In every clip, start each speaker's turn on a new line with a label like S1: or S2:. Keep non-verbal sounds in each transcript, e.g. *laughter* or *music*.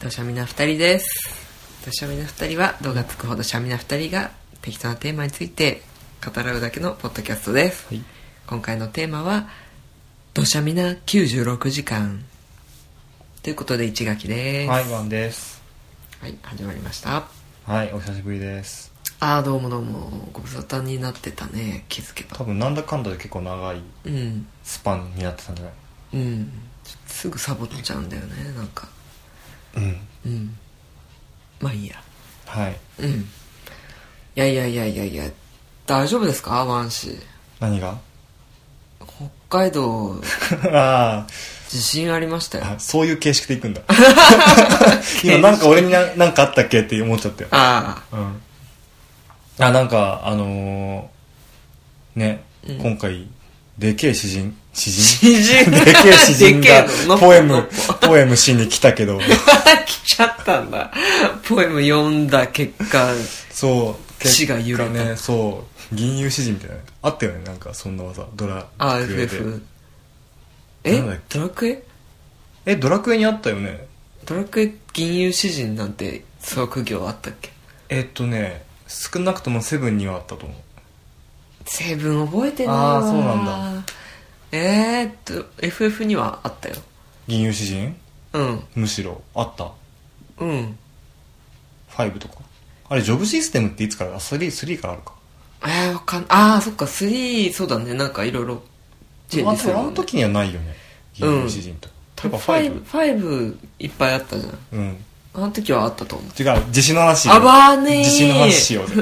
S1: とシャミナ二人ですとシャミナ二人は動画つくほどシャミナ二人が適当なテーマについて語らうだけのポッドキャストです、
S2: はい
S1: 今回のテーマは「どしゃみな96時間」ということで一垣です
S2: はい、ワンです。
S1: はい、始まりました
S2: はい、お久しぶりです。
S1: ああどうもどうもご無沙汰になってたね気づけば
S2: 多分なんだかんだで結構長い
S1: うん
S2: スパンになってたんじゃない
S1: うんちょすぐサボっちゃうんだよねなんか
S2: うん。
S1: うんまあいいや
S2: はい。
S1: うんいやいやいやいやいや大丈夫ですかワン氏
S2: 何 *laughs* が
S1: 北海道
S2: あ
S1: 地震ありましたよ
S2: *laughs* ーあ、そういう形式でいく *laughs* んだ。今なんか俺にななんかあったっけって思っちゃったよ。
S1: あ
S2: うん。あ、なんか、あのー、ね、
S1: うん
S2: 今回、でけえ詩人、詩
S1: あ *laughs*
S2: 人
S1: 地震
S2: でけえ詩人が
S1: でけえ *laughs* の、
S2: ポエム、ポエムしに来たけど、
S1: 来ちゃったんだポエム読んだ結果
S2: そう
S1: 血が揺れた
S2: 結果ねそう銀融詩人みたいなのあったよねなんかそんな技ドラ
S1: あ
S2: クエで
S1: FF え
S2: なんだっ
S1: ドラクエ
S2: えドラクエにあったよね
S1: ドラクエ銀融詩人なんて職業あったっけ
S2: えっとね少なくともセブンにはあったと思う
S1: 成分覚えてない
S2: あーそうなん
S1: だえー、っと FF にはあったよ
S2: 銀融詩人
S1: うん
S2: むしろあった
S1: うん
S2: 5とかあれジョブシステムっていつからあ 3, 3からあるか
S1: えー、わかんああそっか3そうだねなんかいろいろチェン
S2: あ
S1: ジする
S2: とあ
S1: も
S2: の
S1: ん、ね、
S2: 時にはないよね銀融詩人と、
S1: 多
S2: や
S1: 分
S2: っぱ 5?
S1: 5いっぱいあったじゃん
S2: うん
S1: あの時はあったと思う
S2: 違う自信の話しよう
S1: あばねー
S2: 自信の話しようぜ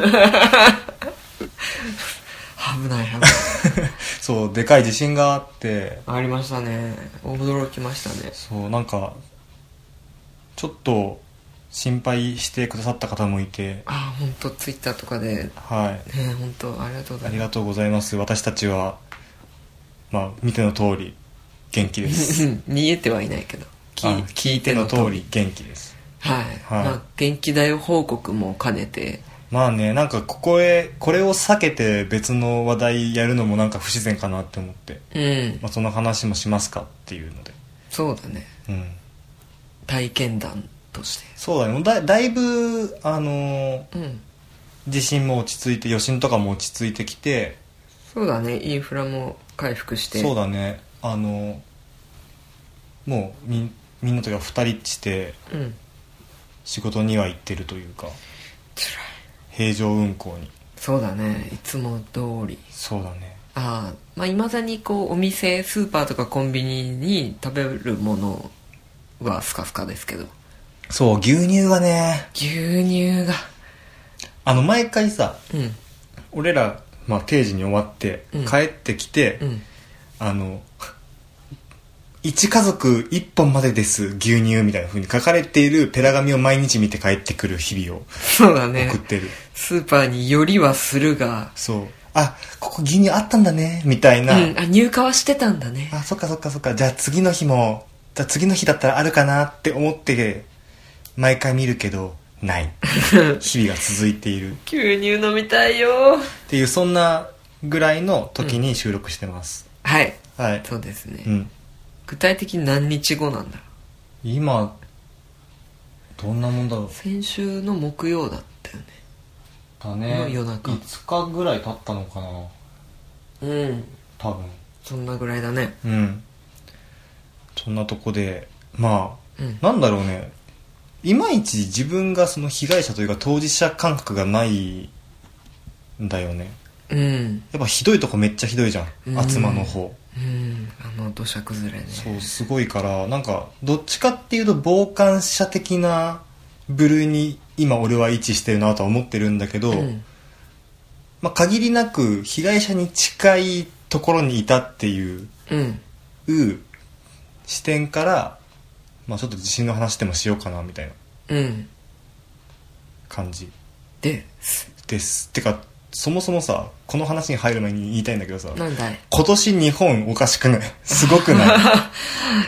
S1: 危ない危ない
S2: そうでかい地震があって
S1: ありましたね驚きましたね
S2: そうなんかちょっと心配してくださった方もいて
S1: ああ本当ツイッターとかでね
S2: はい
S1: 本当ありがとうござ
S2: あ
S1: い
S2: り
S1: ま
S2: がとうございます私たちはまあ見ての通り元気ですす
S1: 見えてはいないけど
S2: あ
S1: *laughs* 聞聞いて
S2: 見て
S1: の
S2: の
S1: と
S2: 通り元気です
S1: はい、
S2: はい
S1: まあ、元気だよ報告も兼ねて
S2: まあねなんかここへこれを避けて別の話題やるのもなんか不自然かなって思って、
S1: うん
S2: まあ、その話もしますかっていうので
S1: そうだね
S2: うん
S1: 体験談として
S2: そうだねもうだだいぶあのー
S1: うん
S2: 地震も落ち着いて余震とかも落ち着いてきて
S1: そうだねインフラも回復して
S2: そうだねあのもうみんみんなというか2人して
S1: うん
S2: 仕事には行ってるというか
S1: 辛い
S2: 平常運行に
S1: そうだねいつも通り
S2: そうだね
S1: ああまあいまだにこうお店スーパーとかコンビニに食べるものはスカスカですけど
S2: そう牛乳がね
S1: 牛乳が
S2: あの毎回さ
S1: うん
S2: 俺ら、まあ、定時に終わって、
S1: うん
S2: 帰ってきて、
S1: うん
S2: あの1家族1本までです牛乳みたいな風に書かれているペラ紙を毎日見て帰ってくる日々を
S1: そうだね
S2: 送ってる、
S1: スーパーによりはするが
S2: そうあここ牛乳あったんだねみたいな、
S1: うんあ入荷はしてたんだね
S2: あそっかそっかそっかじゃあ次の日もじゃあ次の日だったらあるかなって思って毎回見るけどない
S1: *laughs*
S2: 日々が続いているっ
S1: 牛乳飲みたいよ
S2: ていうそんなぐらいの時に収録してます、
S1: はい
S2: はい、
S1: そうですね、
S2: うん、
S1: 具体的に何日後なんだろ
S2: 今どんなもんだろう
S1: う先週の木曜だったよね
S2: だ
S1: の夜中
S2: 5日ぐらい経ったのかな
S1: うん
S2: 多分
S1: そんなぐらいだね
S2: うんそんなとこでまあ
S1: うん
S2: なんだろうねいまいち自分がその被害者というか当事者感覚がないんだよね
S1: うん
S2: やっぱひどいとこめっちゃひどいじゃ
S1: うん
S2: ん厚間の方
S1: うんあの土砂崩れね
S2: そうすごいからなんかどっちかっていうと傍観者的な部類に今俺は位置してるなとは思ってるんだけど、
S1: うん
S2: まあ、限りなく被害者に近いところにいたっていう
S1: うん
S2: 視点から、まあ、ちょっと地震の話でもしようかなみたいな
S1: うん
S2: 感じ
S1: です
S2: ですてかそもそもさこの話に入る前に言いたいんだけどさ
S1: なんだい
S2: 今年日本おかしく
S1: *laughs*
S2: ないすごくない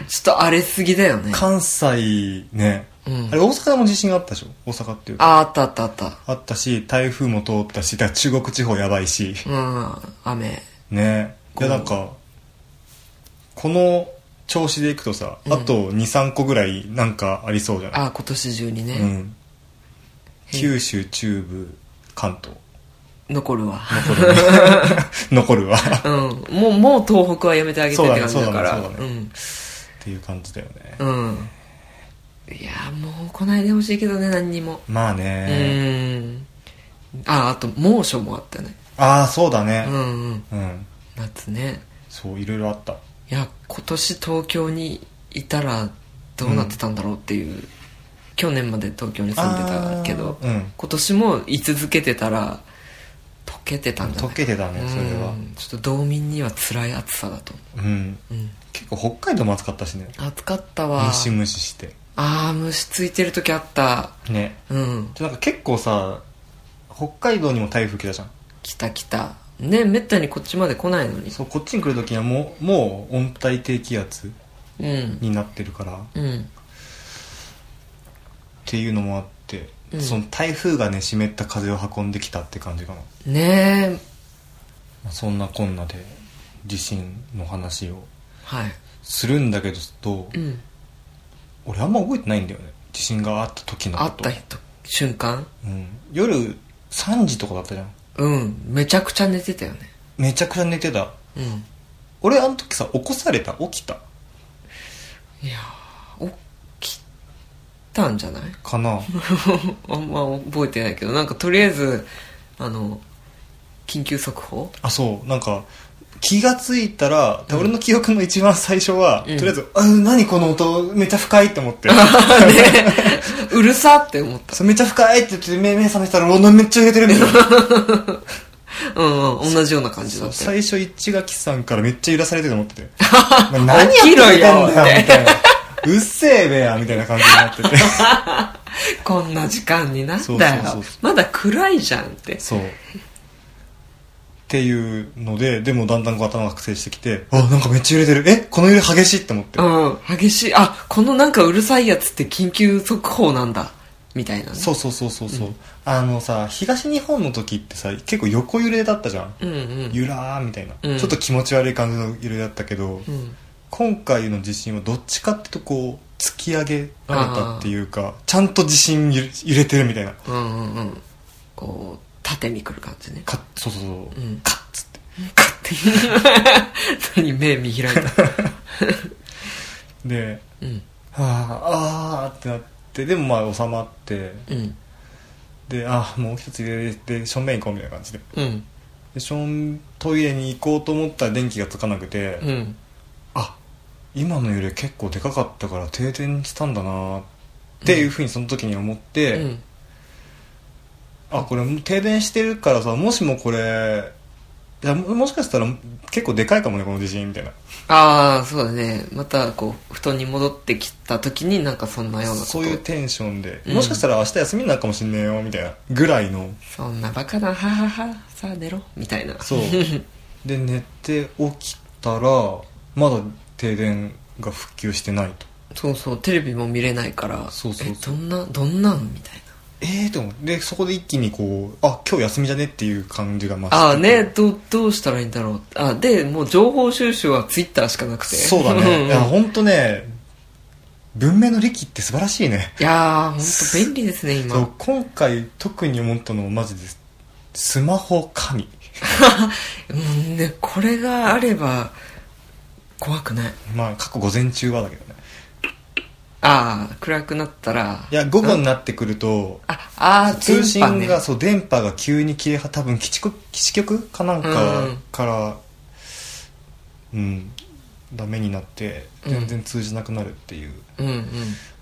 S1: ちょっと荒れすぎだよ *laughs* ね
S2: 関西ね、
S1: うん
S2: あれ大阪も地震があったでしょ大阪っていうか
S1: ああったあったあった
S2: あったし台風も通ったしだから中国地方やばいし
S1: うん雨
S2: ねいやなんかこの調子でいくとさ、あと23個ぐらいなんかありそうじゃない
S1: ああ今年中にね、
S2: うん九州中部関
S1: *laughs*
S2: 東
S1: 残るわ
S2: 残るわ *laughs* っ
S1: うんもうもう東北はやめてあげて
S2: そ
S1: っ
S2: う
S1: て
S2: だね
S1: 感じだから
S2: そうだねそうだねていう感じだよね
S1: うんうんいやーもう来ないでほしいけどね何にも
S2: まあ
S1: う
S2: ね
S1: ーんああと猛暑もあったね
S2: ああそうだね
S1: うんうん
S2: うん、
S1: 夏ね
S2: そういろいろあった
S1: いや今年東京にいたらどうなってたんだろうっていう、去年まで東京に住んでたけど、
S2: あーうん
S1: 今年も居続けてたら溶けてたんじゃ
S2: 溶
S1: ない
S2: けてたねそれは
S1: うんちょっと道民には辛い暑さだと思
S2: うん、
S1: う、うん、
S2: 結構北海道も暑かったしね
S1: 暑かったわ
S2: ムシムシして
S1: ああ虫ついてる時あった
S2: ね
S1: うん
S2: でなんか結構さ北海道にも台風来たじゃん
S1: 来た来たねめったにこっちまで来ないのに
S2: そうこっちに来る時にはもうもう温帯低気圧
S1: うん
S2: になってるからっ
S1: うん
S2: ていうのもあって、
S1: うん
S2: その台風がね湿った風を運んできたって感じかな、
S1: ねえ
S2: まあそんなこんなで地震の話を
S1: はい
S2: するんだけどどう
S1: うん
S2: 俺あんま覚えてないんだよね地震があった時の
S1: 会
S2: こ
S1: っ
S2: と
S1: た人瞬間
S2: うん、夜3時とかだったじゃん
S1: うんめちゃくちゃ寝てたよね
S2: めちゃくちゃ寝てた
S1: うん
S2: 俺あの時さ起こされた起きた
S1: いやー起きたんじゃない *laughs*
S2: かな
S1: あんま覚えてないけどなんかとりあえずあの緊急速報 *laughs*
S2: あそうなんか気がついたら、で俺の記憶の一番最初は、
S1: うん
S2: とりあえず「あ何この音めちゃ深い」って思っ
S1: *laughs*
S2: て
S1: うるさって思った
S2: *laughs* そうめちゃ深いって言って目目覚めたら「おなめっちゃ揺れてる」み
S1: *laughs*
S2: たいな
S1: うん、うん、同じような感じだったよ
S2: 最初一垣さんからめっちゃ揺らされてると思って
S1: *laughs*
S2: てお前何やって
S1: 起
S2: く
S1: きろよ
S2: れてんだよみ
S1: って
S2: たいなうっせえべやみたいな感じになって
S1: *laughs*
S2: て
S1: こんな時間になったよ
S2: そうそうそうそ
S1: まだ暗いじゃんって
S2: そうっていうのででもだんだんこう頭が覚醒してきてあなんかめっちゃ揺れてるえこの揺れ激しいって思って
S1: うん激しいあこのなんかうるさいやつって緊急速報なんだみたいなね
S2: そうそうそうそうそう、あのさ東日本の時ってさ結構横揺れだったじゃん、
S1: うんうん
S2: ゆらーみたいな、
S1: うん
S2: ちょっと気持ち悪い感じの揺れだったけど、
S1: うん
S2: 今回の地震はどっちかっていうとこう突き上げられたっていうかちゃんと地震揺れ揺れてるみたいな
S1: うんうんうんこう縦に来る感じね
S2: かそうそうそう、
S1: うん
S2: カッつって
S1: カッて何目見開いた
S2: で
S1: うん
S2: はああーってなってでもまあ収まって
S1: うん
S2: であもう一つ入れて正面行こうみたいな感じで
S1: うん
S2: で正面トイレに行こうと思ったら電気がつかなくて、
S1: うん
S2: あ今の揺れ結構でかかったから停電したんだなっていうふうにその時に思って、
S1: うん
S2: あこれ停電してるからさもしもこれいやももしかしたら結構でかいかもねこの地震みたいな
S1: ああそうだねまたこう布団に戻ってきた時になんかそんなようなこと
S2: そういうテンションで、
S1: うん
S2: もしかしたら明日休みになるかもしんねえよみたいなぐらい
S1: *laughs*
S2: の
S1: そんなバカなはははさあ寝ろみたいな
S2: そうで寝て起きたらまだ停電が復旧してないと
S1: *laughs* そうそうテレビも見れないから
S2: そうそうそう
S1: えどんなどんなんみたいな
S2: ええー、と思ってでそこで一気にこうあ今日休みじゃねっていう感じがま
S1: ああねどどうしたらいいんだろうあでもう情報収集はツイッターしかなくて
S2: そうだ
S1: ん
S2: ね。
S1: ん *laughs*
S2: い
S1: い
S2: や、
S1: や
S2: ほんとね、文明の利器って素晴らしいね。
S1: ーほんと便利ですね
S2: そう
S1: 今
S2: 今回特に思ったのはマジです。スマホ
S1: *laughs*
S2: 神。
S1: *laughs* うんねこれがあれば怖くない
S2: まあ、過去午前中はだけどね。
S1: ああ暗くなったら
S2: いや、午後になってくると、
S1: ああー
S2: 通信が、
S1: 電波ね
S2: そう、電波が急に切れは、多分基地局、基地局かなんか
S1: うん
S2: から、うん、ダメになって、
S1: うん
S2: 全然通じなくなるっていう。
S1: うんうん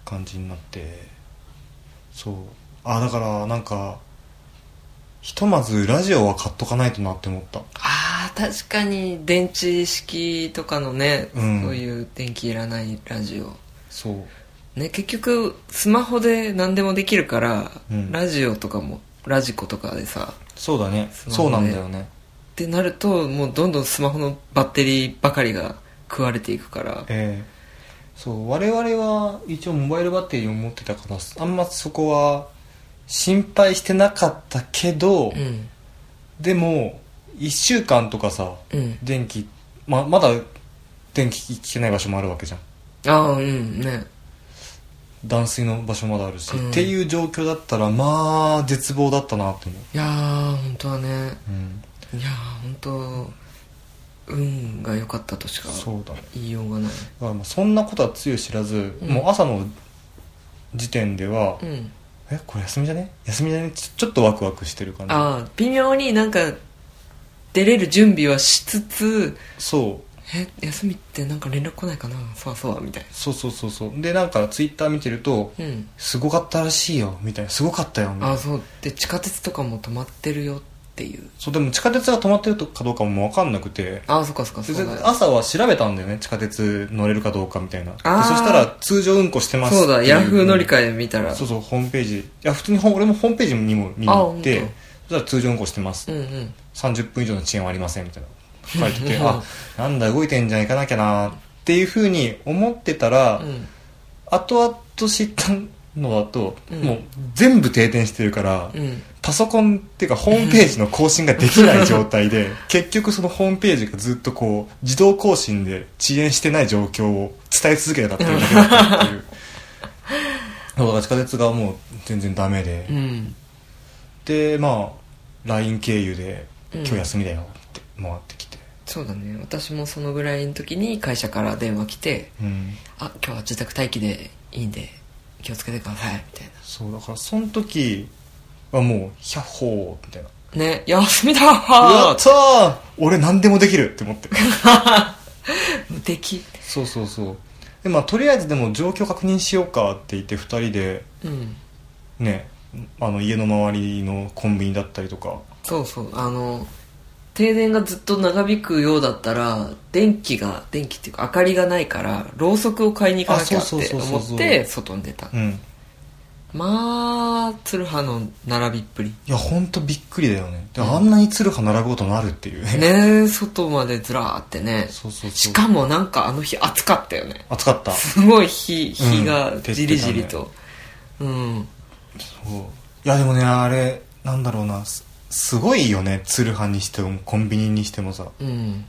S2: 感じになってそうあだからなんかひとまずラジオは買っとかないとなって思った
S1: ああ確かに電池式とかのね、
S2: うん
S1: そういう電気いらないラジオ
S2: そう
S1: ね、結局スマホで何でもできるから、
S2: うん
S1: ラジオとかもラジコとかでさ
S2: そうだね
S1: スマホね
S2: そうなんだよね
S1: ってなるともうどんどんスマホのバッテリーばかりが食われていくから
S2: ええそう我々は一応モバイルバッテリーを持ってたからあんまそこは心配してなかったけど、
S1: うん
S2: でも1週間とかさ
S1: うん
S2: 電気ままだ電気聞けない場所もあるわけじゃん
S1: ああうんね
S2: 断水の場所まだあるし、
S1: うん
S2: っていう状況だったらまあ絶望だったなって思う、
S1: いやー本当はね
S2: うん、
S1: いやー本当運が良かったとしか
S2: そうだね
S1: 言いようがない
S2: だからまあそんなことはつゆ知らず、
S1: うん
S2: もう朝の時点では、
S1: うん
S2: えこれ休みじゃね休みじゃねちょちょっとワクワクしてる感じ
S1: ああ微妙になんか出れる準備はしつつ
S2: そう
S1: え休みってなんか連絡来ないかなそうそうみたい
S2: そうそうそうそうでなんかツイッター見てると
S1: なうん
S2: すごかったらしいよみたいなすごかったよみたい
S1: ああ
S2: な
S1: そうで地下鉄とかも止まってるよっていう
S2: そうでも地下鉄が止まってるかどうかも分かんなくて
S1: ああそっかそっかそ
S2: で
S1: うだよ
S2: 朝は調べたんだよね地下鉄乗れるかどうかみたいなでそ
S1: あー
S2: したら通常運行してます
S1: そうだ
S2: ってい
S1: ヤフー乗り換え見たら
S2: そうそうホームページいや普通にほん俺もホームページにも見に行っ
S1: あ
S2: て
S1: 本
S2: そしたら通常運行してます、
S1: うんうん
S2: 30分以上の遅延はありませんみたいな書いてて
S1: うん
S2: あなんだ動いてんじゃん行かなきゃなっていうふうに思ってたら、
S1: うん
S2: 後々知ったのだと、
S1: うん
S2: もう全部停電してるから、
S1: うん
S2: パソコンっていうかホームページの更新ができない状
S1: *laughs*
S2: 態で結局そのホームページがずっとこう自動更新で遅延してない状況を伝え続けたっていうだけだった
S1: *laughs*
S2: っていうそうだから地下鉄がもう全然ダメで、
S1: うん
S2: でまあ LINE 経由で「
S1: うん
S2: 今日休みだよ」って回ってきて、
S1: そうだね私もそのぐらいの時に会社から電話来て
S2: うん、
S1: 「あ今日は自宅待機でいいんで気をつけてください」みたい
S2: そうだからその時はもう「百歩」みたいな「
S1: な「ね休みだ
S2: や
S1: わ
S2: ったー俺何でもできる!」って思って
S1: 無敵
S2: そうそうそうでまあとりあえずでも状況確認しようかって言って2人で
S1: うん
S2: ねあの家の周りのコンビニだったりとか
S1: そうそうあの停電がずっと長引くようだったら電気が電気っていうか明かりがないからろうそくを買いに行かなきゃ
S2: あ
S1: って
S2: そうそうそうそうそ
S1: 思
S2: う
S1: って外に出た
S2: うん
S1: まあ鶴葉の並びっぷり
S2: いやほんとびっくりだよねで
S1: うん
S2: あんなに鶴葉並ぶことになるっていうね
S1: ねえ外までずらーってね
S2: そうそうそう
S1: しかもなんかあの日暑かったよね
S2: 暑かった
S1: すごい日日が
S2: うん
S1: じりじりと、うん
S2: そういやでもねあれなんだろうなすすごいよねツルハにしてもコンビニにしてもさ
S1: うん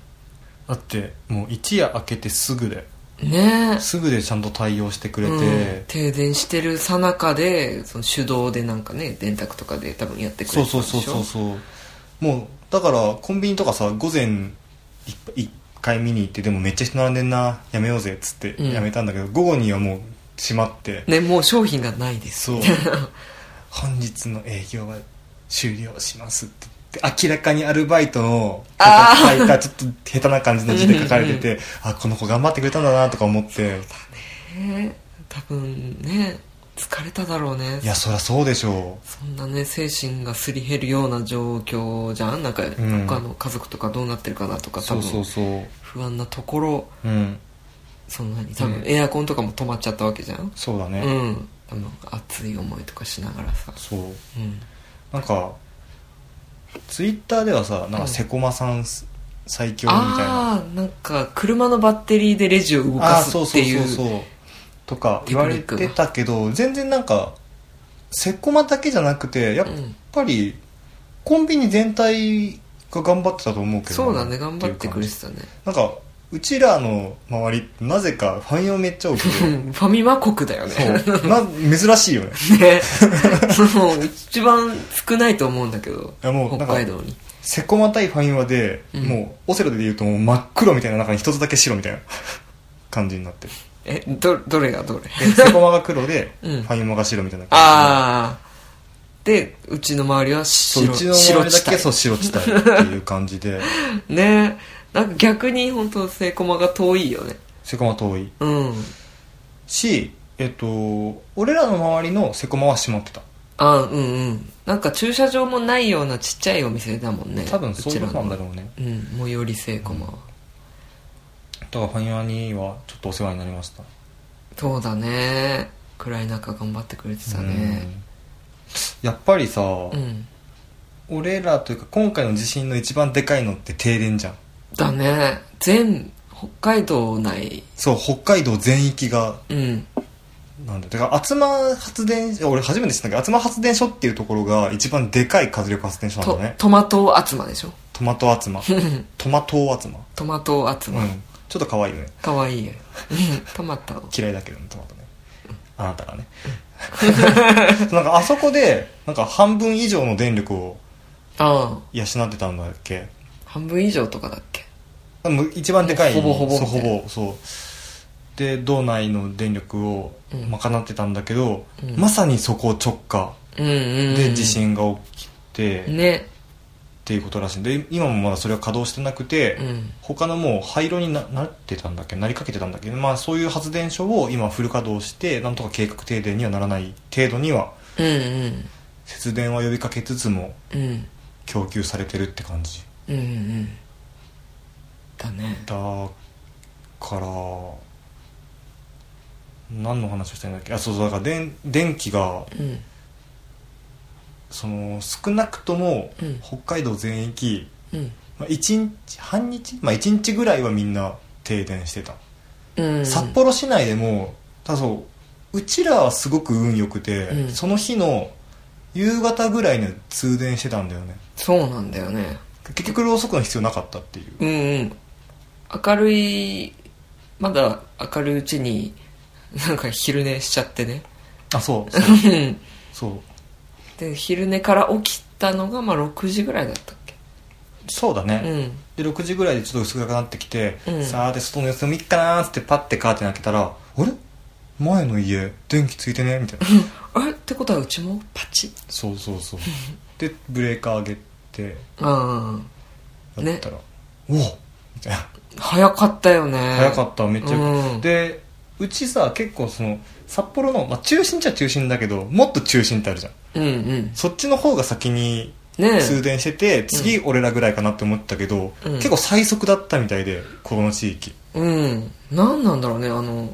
S2: だってもう一夜明けてすぐで
S1: ね
S2: すぐでちゃんと対応してく
S1: え、
S2: れて、
S1: うん停電してるさなかでその手動でなんかね電卓とかで多分やってく
S2: そ
S1: れ
S2: う
S1: てた
S2: そ
S1: ん
S2: う
S1: でし
S2: そ
S1: ょ
S2: うそうそうもうだからコンビニとかさ午前い一回見に行ってでもめっちゃ人並んでんなやめようぜっつって
S1: うん
S2: やめたんだけど、午後にはもう閉まって、
S1: ね、もう商品がないです。
S2: そう本日の営業は終了しますって言って明らかにアルバイトの
S1: あ
S2: 方が書いたちょっと下手な感じの字で書かれててあこの子頑張ってくれたんだなとか思って
S1: ね多分ね、疲れただろうね
S2: い。やそりゃそうでしょ
S1: そんなね、精神がすり減るような状況じゃんなんか、
S2: ん
S1: 他の家族とかどうなってるかなと
S2: う
S1: か、多
S2: そうそう
S1: 分、
S2: そう
S1: 不安なところ、
S2: うん
S1: その何多
S2: う
S1: 分
S2: ん
S1: エアコンとかも止まっちゃったわけじゃん
S2: そうだね、
S1: うん。多分、熱い思いとかしながらさ。
S2: そう
S1: うん。
S2: なんかツイッターではさなん
S1: う
S2: か
S1: ん
S2: セコマさん最強みたいな
S1: ああ、なんか、車のバッテリーでレジを動
S2: あ
S1: か
S2: ー
S1: す
S2: そう
S1: っ
S2: そ
S1: て
S2: うそう
S1: いう。
S2: そうとか
S1: テ
S2: 言
S1: ク
S2: わ
S1: ニ
S2: れ
S1: ックが
S2: てたけど全然なんかセコマだけじゃなくてやっ
S1: うん
S2: ぱりコンビニ全体が頑張ってたと思うけ
S1: そ
S2: どな
S1: うだね、頑張ってくれ
S2: いう
S1: てたね。
S2: 感じなんかうちらの周りってなぜかファン用めっちゃ多く
S1: *laughs* フ *laughs* ァミマ国だよね。
S2: てそうな珍しいよね
S1: ねもう一番少ないと思うんだけど
S2: いやもうなん
S1: 北
S2: か
S1: 海道に
S2: セコマ対ファミマで、
S1: うん
S2: もうオセロで言うともう真っ黒みたいな中に一つだけ白みたいな *laughs* 感じになってる
S1: えどどれがどれ *laughs*
S2: でセコマが黒で、
S1: うん
S2: ファミマが白みたいな感じで
S1: ああでうちの周りは
S2: そう
S1: 白
S2: うちの周りだ
S1: 白
S2: け
S1: 地
S2: そう白地帯っていう感じ
S1: *laughs*
S2: で
S1: 帯ねなんか逆に本当セイコマが遠いよね
S2: セコマ遠い
S1: うん
S2: しえっと俺らの周りのセコマは閉まってた
S1: あうんうんなんか駐車場もないようなちっちゃいお店だもんね
S2: 多分そういう
S1: ち
S2: こ
S1: ら
S2: と
S1: の
S2: なんだろうね
S1: うん最寄りセイコマは、
S2: だからファミマにはちょっとお世話になりました
S1: そうだね暗い中頑張ってくれてたね
S2: うんやっぱりさ、
S1: うん
S2: 俺らというか今回の地震の一番でかいのって停電じゃん
S1: だね全北海道内
S2: そう北海道全域が
S1: うん
S2: なんだだから厚間発電所俺初めて知ったんだけど厚間発電所っていうところが一番でかい活力発電所なん
S1: と
S2: だね
S1: トマト集までしょ *laughs*
S2: トマト厚間トマト厚間
S1: トマト集ま、
S2: うんちょっと可愛いよね
S1: かわいいよトマ
S2: *laughs*
S1: ト
S2: 嫌いだけどねトマトねあな
S1: *laughs*
S2: たがねなんかあそこでなんか半分以上の電力を
S1: ああ
S2: 養ってたんだっけ
S1: 半分以上とかだっけ
S2: でも一番でかい
S1: ほぼほぼ
S2: そう
S1: み
S2: ほ
S1: たいな
S2: ぼそうで道内の電力を
S1: うん
S2: 賄ってたんだけど、
S1: うん
S2: まさにそこ直下
S1: うんうん、うん、
S2: で地震が起きて、っ
S1: ね
S2: ていうことらしいんで今もまだそれは稼働してなくて、
S1: うん
S2: 他のもう廃炉にななってたんだっけなりかけてたんだっけど、まあ、そういう発電所を今フル稼働してなんとか計画停電にはならない程度には
S1: うんうん
S2: 節電は呼びかけつつも
S1: うん
S2: 供給されてるって感じ
S1: うんうんだね
S2: だから何の話をしたいんだっけあそうそうだから電電気が
S1: うん
S2: その少なくとも
S1: うん
S2: 北海道全域、
S1: うん
S2: まあ、1日半日、まあ、1日ぐらいはみんな停電してた、
S1: うん
S2: 札幌市内でもただそううちらはすごく運良くて、
S1: うん
S2: その日の夕方ぐらいには通電してたんだよね
S1: そうなんだよね
S2: 結局ろうそくの必要なかったっていう
S1: うんうん明るいまだ明るいうちになんか昼寝しちゃってね
S2: あそうそうそう
S1: で昼寝から起きたのがまあ6時ぐらいだったっ
S2: そうだね、
S1: けうん
S2: で6時ぐらいでちょっと薄暗くなってきて、
S1: うん
S2: さあで外の様子見っかなーっつってパッてカーテン開けたらあれ前の家電気ついてねみたいな
S1: *laughs* あれってことはうちもパチ
S2: そうそうそうでブレーカー上げて
S1: うん
S2: やったら、おおみたいな
S1: 早かったよね
S2: 早かっためっちゃ、
S1: うん
S2: でうちさ結構その札幌の、まあ、中心っちゃ中心だけどもっと中心ってあるじゃん
S1: うんうん
S2: そっちの方が先に
S1: ね
S2: 通電してて、次俺らぐらいかなって思ったけど、
S1: うん
S2: 結構最速だったみたいでこの地域
S1: うん何なんだろうねあの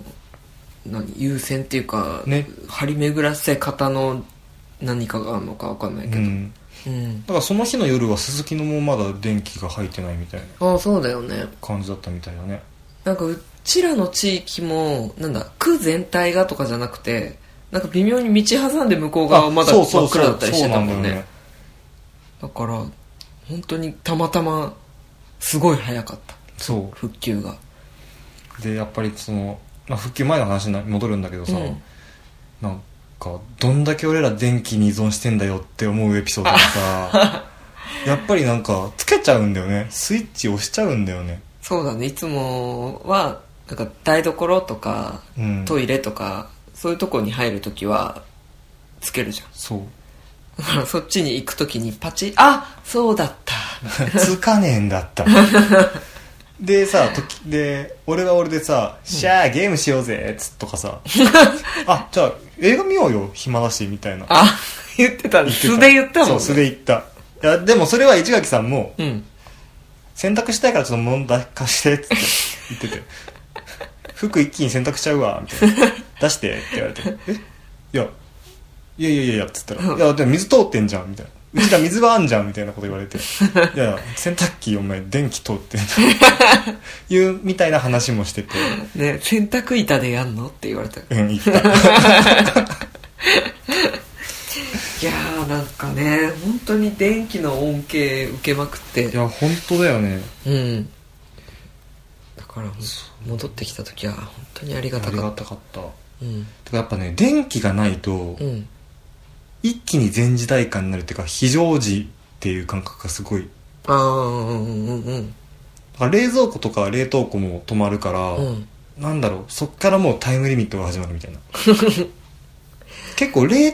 S1: 何優先っていうか、
S2: ね
S1: 張り巡らせ方の何かがあるのか分かんないうけどうん、
S2: んだからその日の夜は鈴木のもまだ電気が入ってないみたいな
S1: ああそうだよね
S2: 感じだったみたいだね
S1: なんかうちらの地域もなんだ区全体がとかじゃなくてなんか微妙に道挟んで向こう側はまだ真
S2: そうそう
S1: っ
S2: そう
S1: 暗だったりしてたも
S2: そ
S1: ん
S2: う
S1: ね
S2: なだ
S1: だ
S2: よ
S1: から本当にたまたますごい早かった
S2: そ
S1: 復旧が
S2: うでやっぱりその、まあ、復旧前の話にな戻るんだけどさ、
S1: うん
S2: なんかどんだけ俺ら電気に依存してんだよって思うエピソードが
S1: *laughs*
S2: さやっぱりなんかつけちゃうんだよねスイッチ押しちゃうんだよね
S1: そうだねいつもはなんか台所とか
S2: うん
S1: トイレとか、そういうとこに入るときはつけるじゃん
S2: そう
S1: だから *laughs* そっちに行くときにパチッあそうだ
S2: *laughs*
S1: った
S2: つかねえんだったでさ時で俺は俺でさ「シャーゲームしようぜ」っつっとか
S1: *laughs*
S2: さ「あじゃあ映画見ようよ暇だし」みたいな
S1: あ言ってた
S2: 言ってた
S1: 素で言ったもん、ね、
S2: そう素で言ったいやでもそれは市垣さんも
S1: うん
S2: 洗濯したいからちょっと物出してっつって言ってて服一気に洗濯しちゃうわみたいな出してって言われて「えいやいやいやいやいや」っつったら「いやでも水通ってんじゃん」みたいな「うちら水はあんじゃん」みたいなこと言われて「いやいや洗濯機お前電気通ってんじゃん」いうみたいな話もしてて
S1: ね洗濯板でやんのって言われたい
S2: うん言
S1: *laughs*
S2: った
S1: やーなんかね本当に電気の恩恵受けまくって
S2: や本当だよね
S1: うんだからほんと戻ってきた時は本当にありが
S2: あ
S1: た
S2: り
S1: か
S2: が
S1: った
S2: かった
S1: たうん
S2: てかやっぱね電気がないと
S1: うん
S2: 一気に全時代感になるっていうか非常時っていう感覚がすごい
S1: ああうんうんうん
S2: だから冷蔵庫とか冷凍庫も止まるから、
S1: うん
S2: なんだろうそっからもうタイムリミットが始まるみ *laughs* たいな結構冷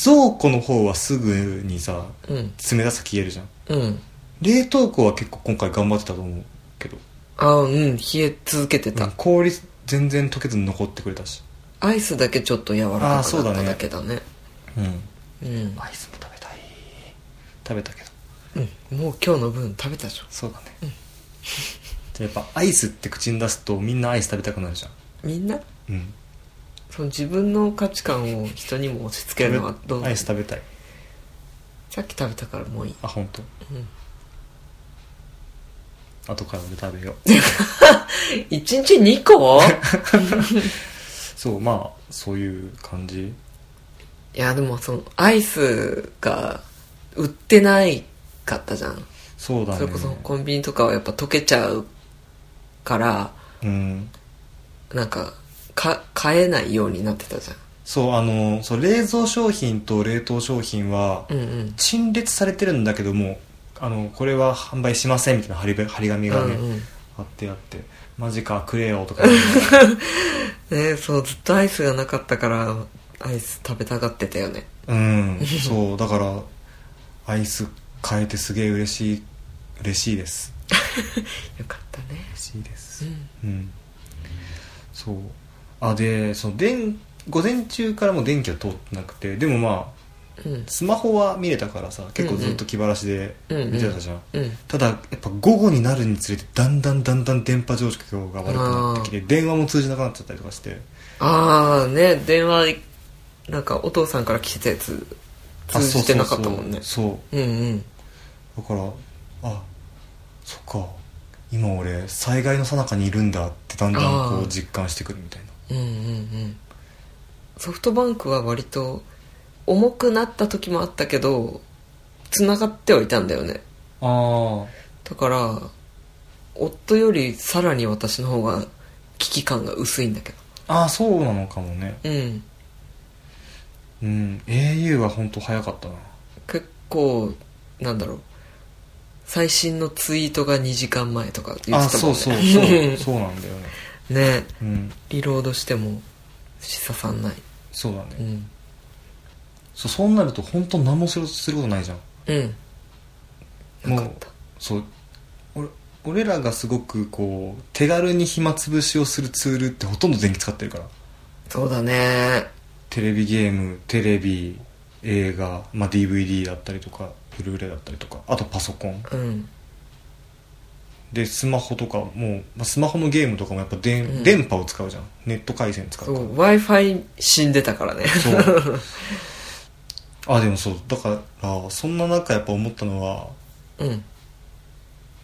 S2: 蔵庫の方はすぐにさ
S1: うん
S2: 冷たさ消えるじゃん
S1: うん
S2: 冷凍庫は結構今回頑張ってたと思うけど
S1: ああうん冷え続けてた、
S2: うん氷全然溶けずに残ってくれたし
S1: アイスだけちょっと柔ら
S2: あー
S1: か
S2: そ
S1: く
S2: う
S1: な
S2: だ
S1: っ
S2: ね
S1: ただけだね
S2: う
S1: う
S2: ん
S1: ん、
S2: アイスも食べたい食べたけど
S1: うん、もう今日の分食べたでしょ
S2: そうだね、 *laughs* じゃあやっぱアイスって口に出すとみんなアイス食べたくなるじゃん
S1: みんな
S2: うん
S1: その自分の価値観を人にも押し付けるのはどう
S2: アイス食べたい
S1: さっき食べたからもういい
S2: あ本当。
S1: うん
S2: 後から俺食べよう
S1: *laughs* 1日2個
S2: *laughs* そうまあそういう感じ
S1: いやでもそのアイスが売ってないかったじゃん
S2: そうだね
S1: それこそコンビニとかはやっぱ溶けちゃうから
S2: うん
S1: なんかか買えないようになってたじ
S2: そうあのそう冷蔵商品と冷凍商品は
S1: ゃんうんうん
S2: 陳列されてるんだけどもあのこれは販売しませんみたいな貼りべ貼り紙がね、
S1: うんうん
S2: あってあってマジかくれよとか
S1: *laughs* ねそうずっとアイスがなかったからアイス食べたがってたよね
S2: うんそうだからアイス変えてすげえ嬉しい嬉しいです
S1: よかったね
S2: 嬉しいです
S1: うん
S2: うんそうあでその電午前中からもう電気は通ってなくてでもまあ
S1: うん
S2: スマホは見れたからさ結構ずっと気晴らしで見てたじゃん、
S1: うん
S2: ただやっぱ午後になるにつれてだんだんだんだん電波状況が悪くなってきて電話も通じなくなっちゃったりとかして
S1: ああね電話なんかお父さんから来てたやつ通じてなかったもんね
S2: あそうそう
S1: う
S2: そう
S1: んうん
S2: そうだからあそっか今俺災害の最中にいるんだってだんだんこ
S1: あー
S2: う実感してくるみたいな
S1: うんうんうんソフトバンクは割と重くなった時もあったけど繋がってはいたんだよね
S2: あ
S1: だから夫よりさらに私の方が危機感が薄いんだけ
S2: ああそうなのかもね
S1: どうん
S2: うん au は本当早かったな
S1: 結構なんだろう最新のツイートが2時間前とか言
S2: あ
S1: ってたもんね
S2: そうそう
S1: *laughs*
S2: そうそうなんだよね
S1: ね
S2: うん
S1: リロードしてもし刺さんない
S2: そうだね、
S1: うん
S2: そうそうなると本当何もするすることないじゃん
S1: うんなかった
S2: そう俺俺らがすごくこう手軽に暇つぶしをするツールってほとんど電気使ってるから
S1: そうだね
S2: テレビゲームテレビ映画、まあ、DVD だったりとかブルーレイだったりとかあとパソコン
S1: うん
S2: でスマホとかもう、まあ、スマホのゲームとかもやっぱ電,、
S1: うん
S2: 電波を使うじゃんネット回線使
S1: そう
S2: から
S1: う w i f i 死んでたからね
S2: そうあでもそうだからそんな中やっぱ思ったのは
S1: *laughs* うん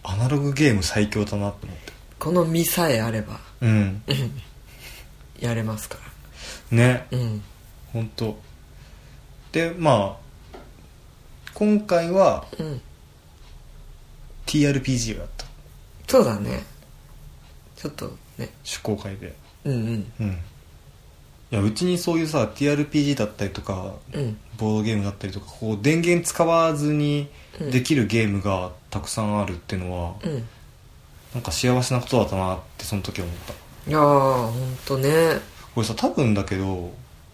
S2: アナログゲーム最強だなと思って
S1: この身さえあれば
S2: うん
S1: やれますか
S2: ね
S1: らうん
S2: 本当でまあ今回は
S1: うん
S2: TRPG をやった
S1: そうだねちょっとね
S2: 趣向会で
S1: うんうん
S2: うんいやうちにそういうさ TRPG だったりとか
S1: うん
S2: ボードゲームだったりとかこう電源使わずに
S1: うん
S2: できるゲームがたくさんあるっていうのは、
S1: うん
S2: なんか幸せなことだったなってその時思った
S1: いやーほんとね
S2: これさ多分だけど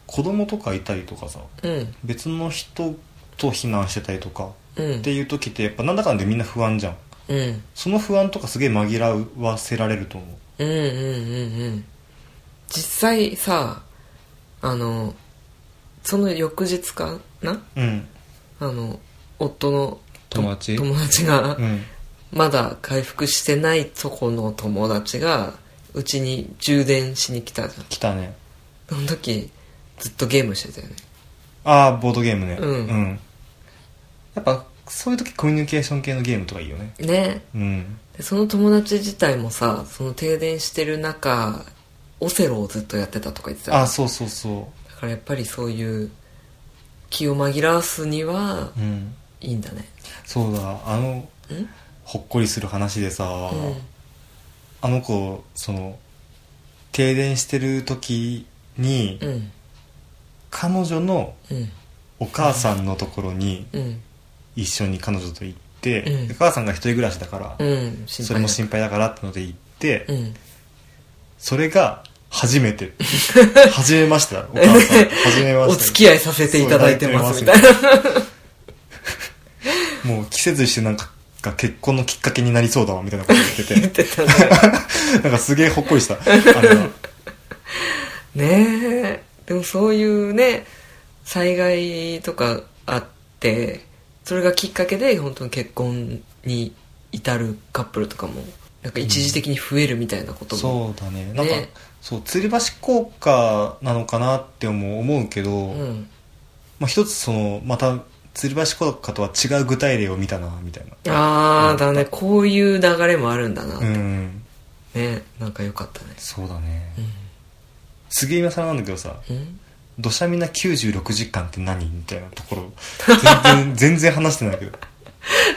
S2: 子供とかいたりとかさ
S1: うん
S2: 別の人と避難してたりとか
S1: うん
S2: っていう時ってやっぱなんだかんだでみんな不安じゃん
S1: うん
S2: その不安とかすげえ紛らわせられると思う
S1: うんうんうんうん実際さあのその翌日かな
S2: うん
S1: あの夫のと
S2: 友達
S1: 友達が、
S2: うん
S1: まだ回復してないとこの友達がうちに充電しに来たじゃん
S2: 来たね
S1: その時ずっとゲームしてたよね
S2: ああボードゲームね
S1: うん
S2: やっぱそういう時コミュニケーション系のゲームとかいいよね
S1: ね
S2: うん
S1: でその友達自体もさその停電してる中オセロをずっとやってたとか言ってたよ
S2: あそうそうそ
S1: だからやっぱりそういう気を紛らわすには
S2: ううん
S1: いいんだね
S2: そうだあの
S1: うん
S2: ほっこりする話でさ、
S1: うん
S2: あの子その停電してる時に、
S1: うん
S2: 彼女の
S1: うん
S2: お母さんのところに
S1: うん
S2: 一緒に彼女と行って、
S1: うん
S2: お母さんが一人暮らしだか
S1: う
S2: ら、
S1: ん心配
S2: それも心配だからってので行って、
S1: うん
S2: それが初
S1: *laughs*
S2: めて初めましたお母さん初めま
S1: お
S2: した
S1: 付き合いさせていただいてます
S2: *laughs*
S1: みたいな
S2: もう季節してなんかが結婚のきっかけになりそうだわみたいなこと言っ
S1: *laughs*
S2: て
S1: 言っててたね
S2: なんかすげえほっこりしたあれは
S1: ねえでもそういうね災害とかあってそれがきっかけで本当に結婚に至るカップルとかもなんか一時的に増えるみたいな *laughs* ことも、
S2: そうだねなんか
S1: ね
S2: そう吊り橋効果なのかなっても思うけど、
S1: うん
S2: まあ、一つそのまた吊り橋効果とは違う具体例を見たなみたいな
S1: ああだねこういう流れもあるんだな、
S2: うん
S1: ねなんかよかったね
S2: そうだね、すげえ今更なんだけどさ
S1: うん
S2: 「土砂みな96時間って何?」みたいなところ全然全然話してないけど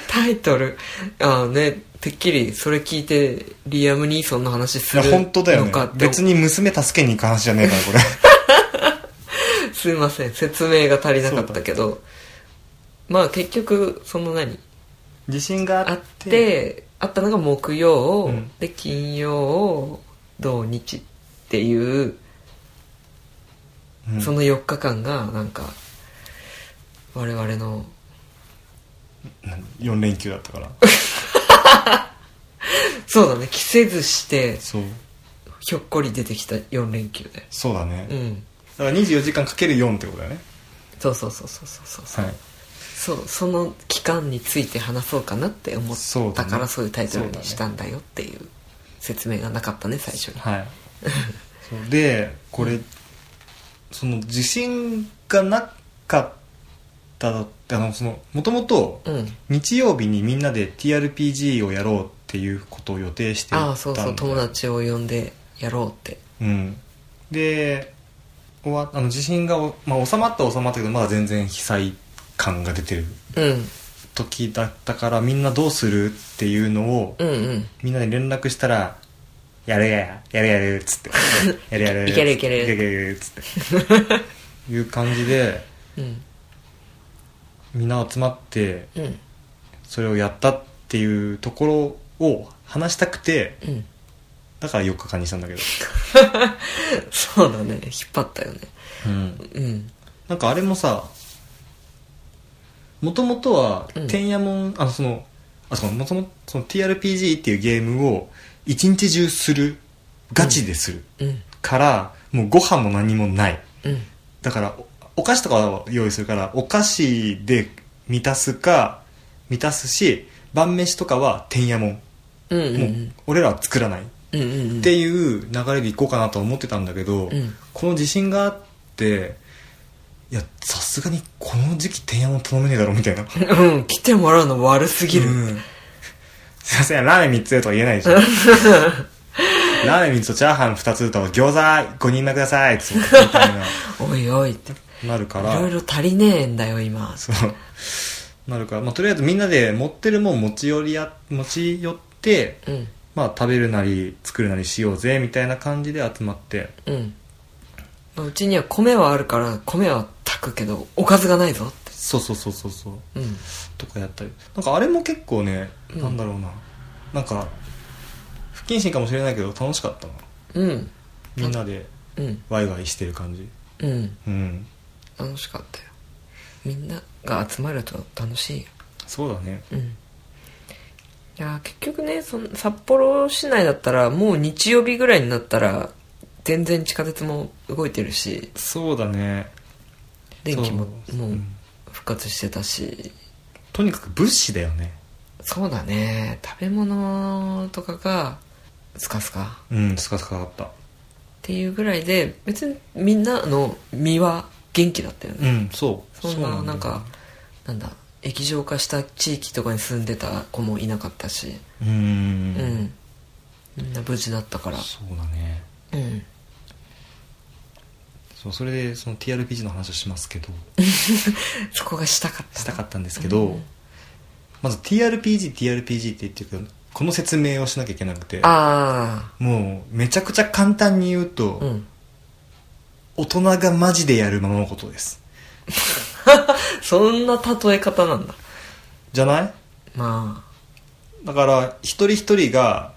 S1: タイトルああねてっきりそれ聞いてリアム・ニーソンの話す
S2: いや
S1: る
S2: 本当だよ
S1: の
S2: ね
S1: かって
S2: 別に娘助けに行く話じゃねえから
S1: *laughs*
S2: これ
S1: すいません説明が足りなかったけどまあ結局その何
S2: 自信が
S1: あってあったのが木曜、
S2: うん
S1: で金曜土日っていう、
S2: うん
S1: その4日間がなんか我々の
S2: 4連休だっ
S1: *laughs*
S2: たから
S1: そうだね着せずして
S2: そう
S1: ひょっこり出てきた4連休で
S2: そうだね、
S1: う
S2: だ
S1: ん
S2: から24時間かける4ってことだよね
S1: そうそうそうそうそうそうそう、
S2: はい
S1: そうその期間について話そうかなって思っ
S2: そうだ
S1: た
S2: ね
S1: からそういうタイトルにしたんだよっていう説明がなかったね最初に
S2: はいそうでこれその自信がなかっただってあのそのもともと
S1: うん
S2: 日曜日にみんなで TRPG をやろうっていうことを予定していたんだ
S1: ああそうそう友達を呼んでやろうって
S2: うん、で終わあの地震が、まあ、収まったは収まったけどまだ全然被災感が出てる
S1: うん
S2: 時だったからみんなどうするっていうのを、
S1: うんうん
S2: みんなに連絡したら「やるややるやる」っ
S1: *laughs*
S2: つって「やるやる」
S1: いけるいける
S2: いけるいけるっ
S1: *laughs*
S2: つっていう感じで
S1: うん
S2: みんな集まって
S1: うん
S2: それをやったっていうところを話したくて
S1: うん
S2: だから4日間にしたんだけど、
S1: そうだね引っ張ったよね
S2: うん、
S1: うん
S2: なんかあれもさ、もともとは
S1: うん、
S2: てんやもん、あの、その、あ、そう、もともと、その TRPG っていうゲームを、一日中する、ガチでする、
S1: うん
S2: から、もうご飯も何もない。
S1: うん
S2: だから、おお菓子とかを用意するから、お菓子で満たすか、満たすし、晩飯とかはてんやもん。
S1: うんう、
S2: もうん俺らは作らない。っ
S1: うんうんうん
S2: ていう流れでいこうかなとは思ってたんだけ
S1: う
S2: ど、
S1: ん
S2: この自信があっていやさすがにこの時期天山頼めねえだろみたいなす
S1: うん来てもらうの悪すぎる、
S2: うん、 *laughs* すいませんラーメン3つでとは言
S1: *laughs*
S2: えないでしょラーメン3つとチャーハン2つと餃子5人前くださいっつってみたい
S1: おいおいってい
S2: ななるから
S1: ろいろ足りねえんだよ今
S2: そうなるから、まあ、とりあえずみんなで持ってるもん持ち寄りや持ち寄って
S1: うん
S2: まあ食べるなり作るなりしようぜみたいな感じで集まって
S1: うんまあうちには米はあるから米は炊くけどおかずがないぞっ
S2: そうそうそうそうそう
S1: てうん
S2: とかやったりなんかあれも結構ね、
S1: うん
S2: なんだろうななんか不謹慎かもしれないけど楽しかったな
S1: うん
S2: みんなで
S1: うん
S2: ワイワイしてる感じ
S1: うん
S2: うん
S1: 楽しかったよみんなが集まると楽しいよ
S2: そうだね
S1: うんいやー結局ねその札幌市内だったらもう日曜日ぐらいになったら全然地下鉄も動いてるし
S2: そうだね
S1: 電気も
S2: そう
S1: もうん復活してたし
S2: とにかく物資だよね
S1: そうだね食べ物とかがスカスカ
S2: うんスカスカだった
S1: っていうぐらいで別にみんなの身は元気だったよね、
S2: うんそう
S1: そん
S2: う
S1: な
S2: だ
S1: なんかなんだ液状化した地域とかに住んでた子もいなかったし
S2: うん
S1: うん、みんな無事だったから
S2: そうだね
S1: うん
S2: そうそれでその TRPG の話をしますけど
S1: そこがしたかった
S2: したかったんですけど、まず TRPGTRPG って言ってるけどこの説明をしなきゃいけなくて
S1: あ
S2: もうめちゃくちゃ簡単に言うと、
S1: あうん
S2: 大人がマジでやるもののことです
S1: そんな例え方なんだ
S2: じゃない
S1: ま
S2: だから一人一人が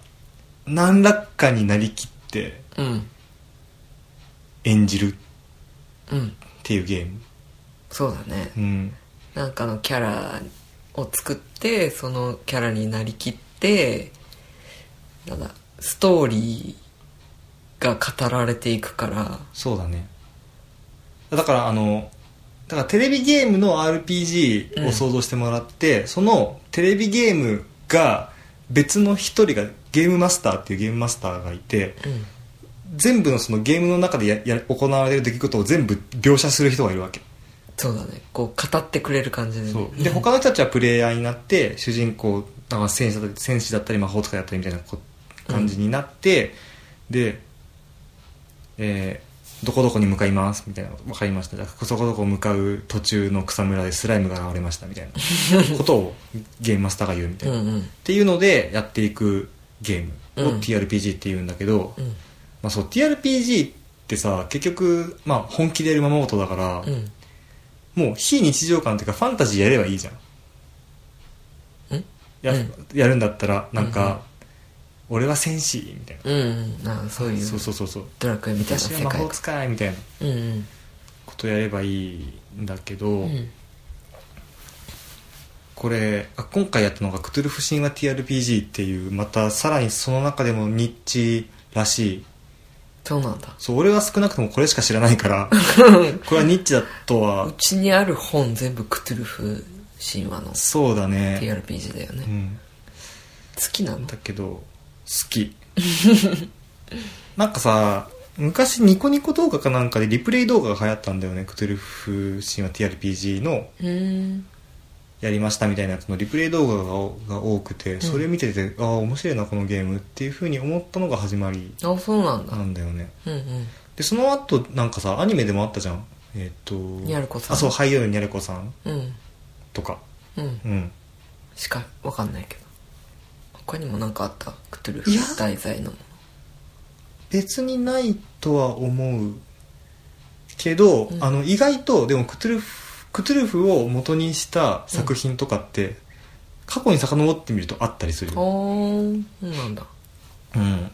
S2: 何らかになりきって
S1: あうん
S2: 演じるっ
S1: うん
S2: ていうゲーム
S1: そうだね
S2: うん
S1: なんかのキャラを作ってそのキャラになりきってなんだストーリーが語られていくから
S2: そうだねだからあのだからテレビゲームの RPG を想像してもらって、そのテレビゲームが別の一人がゲームマスターっていうゲームマスターがいて
S1: うん
S2: 全部のそのゲームの中でやや行われる出来事を全部描写する人がいるわけ
S1: そうだねこう語ってくれる感じでね
S2: そうで他の人たちはプレイヤーになって主人公なんか戦士だったり戦士だったり魔法使いだったりみたいなこ感じになって、で、えーどこどこに向かいますみたいな分かりましたじゃあそこどこ向かう途中の草むらでスライムが現れましたみたい
S1: *laughs*
S2: なことをゲームマスターが言うみたい
S1: うん
S2: な、っ
S1: うん
S2: ていうのでやっていくゲーム
S1: う
S2: を
S1: ん
S2: TRPG っていうんだけど、
S1: うん
S2: まあ、そう TRPG ってさ結局、まあ、本気でやるままごとだから、
S1: うん
S2: もう非日常感というかファンタジーやればいいじゃん
S1: ん
S2: や,、
S1: うん
S2: やるんだったらなん
S1: うんうん
S2: か、俺は戦士みたいな、
S1: うんうんあそういう
S2: そうそうそうそう
S1: ドラクエみたいな
S2: 私は
S1: 世
S2: 魔
S1: 界
S2: 法使いみたいな
S1: うんうん
S2: ことやればいいんだけど、
S1: うん
S2: これあ今回やったのが「クトゥルフ神話 TRPG」っていうまたさらにその中でもニッチらしい
S1: そうなんだ
S2: そう俺は少なくともこれしか知らないか
S1: *laughs*
S2: らこれはニッチだと
S1: う
S2: は
S1: ちにある本全部クトゥルフ神話の
S2: そうだね、
S1: TRPG だよ
S2: う
S1: ね
S2: ん、
S1: 好きなの
S2: だけど好き *laughs* なんかさ昔ニコニコ動画かなんかでリプレイ動画が流行ったんだよねクトゥルフ神話 TRPG の
S1: うん
S2: やりましたみたいなやつのリプレイ動画がおが多くてそれ見てて、ああ面白いなこのゲームっていうふうに思ったのが始まり
S1: あそうなんだ
S2: なんだよね
S1: うんうん
S2: でその後なんかさアニメでもあったじゃんえっ、と
S1: にゃるこさん
S2: あそう俳優のにゃるこさん
S1: うん
S2: とか
S1: うん
S2: うん
S1: しかわかんないけど他にも何かあったクトゥル
S2: いや
S1: フ題材の
S2: 別にないとは思うけど、
S1: うん
S2: あの意外とでもクトゥルフクトゥルフを元にした作品とかって、過去に遡ってみるとあったりするよ
S1: おーそうなんだ
S2: うん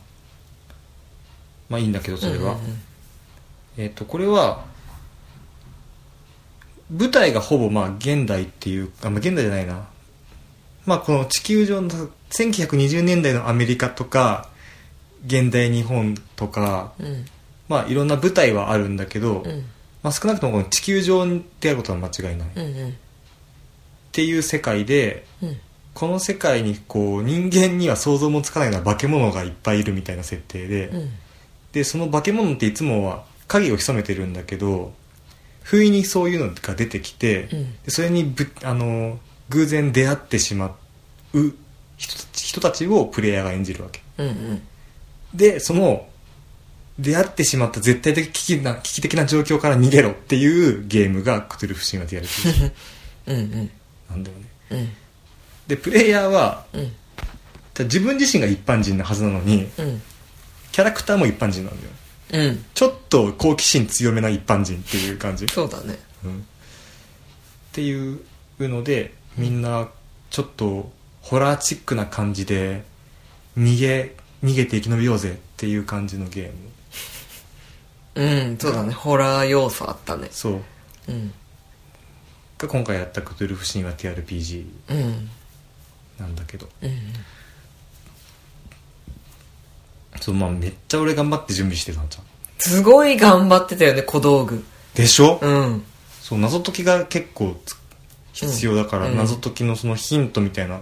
S2: まあいいんだけどそれは、
S1: うんうんうん
S2: えっ、とこれは舞台がほぼまあ現代っていうあまあ現代じゃないなまあこの地球上の1920年代のアメリカとか現代日本とか
S1: うん
S2: まあいろんな舞台はあるんだけど、
S1: うん
S2: まあ、少なくともこの地球上であることは間違いない、っ
S1: うんうん
S2: ていう世界で
S1: うん
S2: この世界にこう人間には想像もつかないような化け物がいっぱいいるみたいな設定で、
S1: うん
S2: でその化け物っていつもは影を潜めてるんだけど不意にそういうのが出てきて、
S1: うん
S2: でそれにぶあの偶然出会ってしまう人たち人たちをプレイヤーが演じるわけ
S1: うんうん
S2: でその出会ってしまった絶対的危機な危機的な状況から逃げろっていうゲームが「クトゥルフ神話」でやる
S1: うんうん
S2: なんだよね
S1: うん
S2: でプレイヤーは
S1: うん
S2: 自分自身が一般人なはずなのに
S1: うん
S2: キャラクターも一般人なんだよ
S1: うん
S2: ちょっと好奇心強めな一般人っていう感じ
S1: そうだね
S2: うんっていうのでみんなちょっとホラーチックな感じで逃げ逃げて生き延びようぜっていう感じのゲーム
S1: うんそうだねホラー要素あったね
S2: そう
S1: うん
S2: が今回やった「クトゥルフ神話 TRPG
S1: うんうん」
S2: なんだけど
S1: うん
S2: そう、まあ、めっちゃ俺頑張って準備してたんじゃん
S1: すごい頑張ってたよね小道具
S2: でしょ、
S1: うん
S2: そう謎解きが結構つ必要だから、
S1: うん
S2: 謎解きのそのヒントみたいな、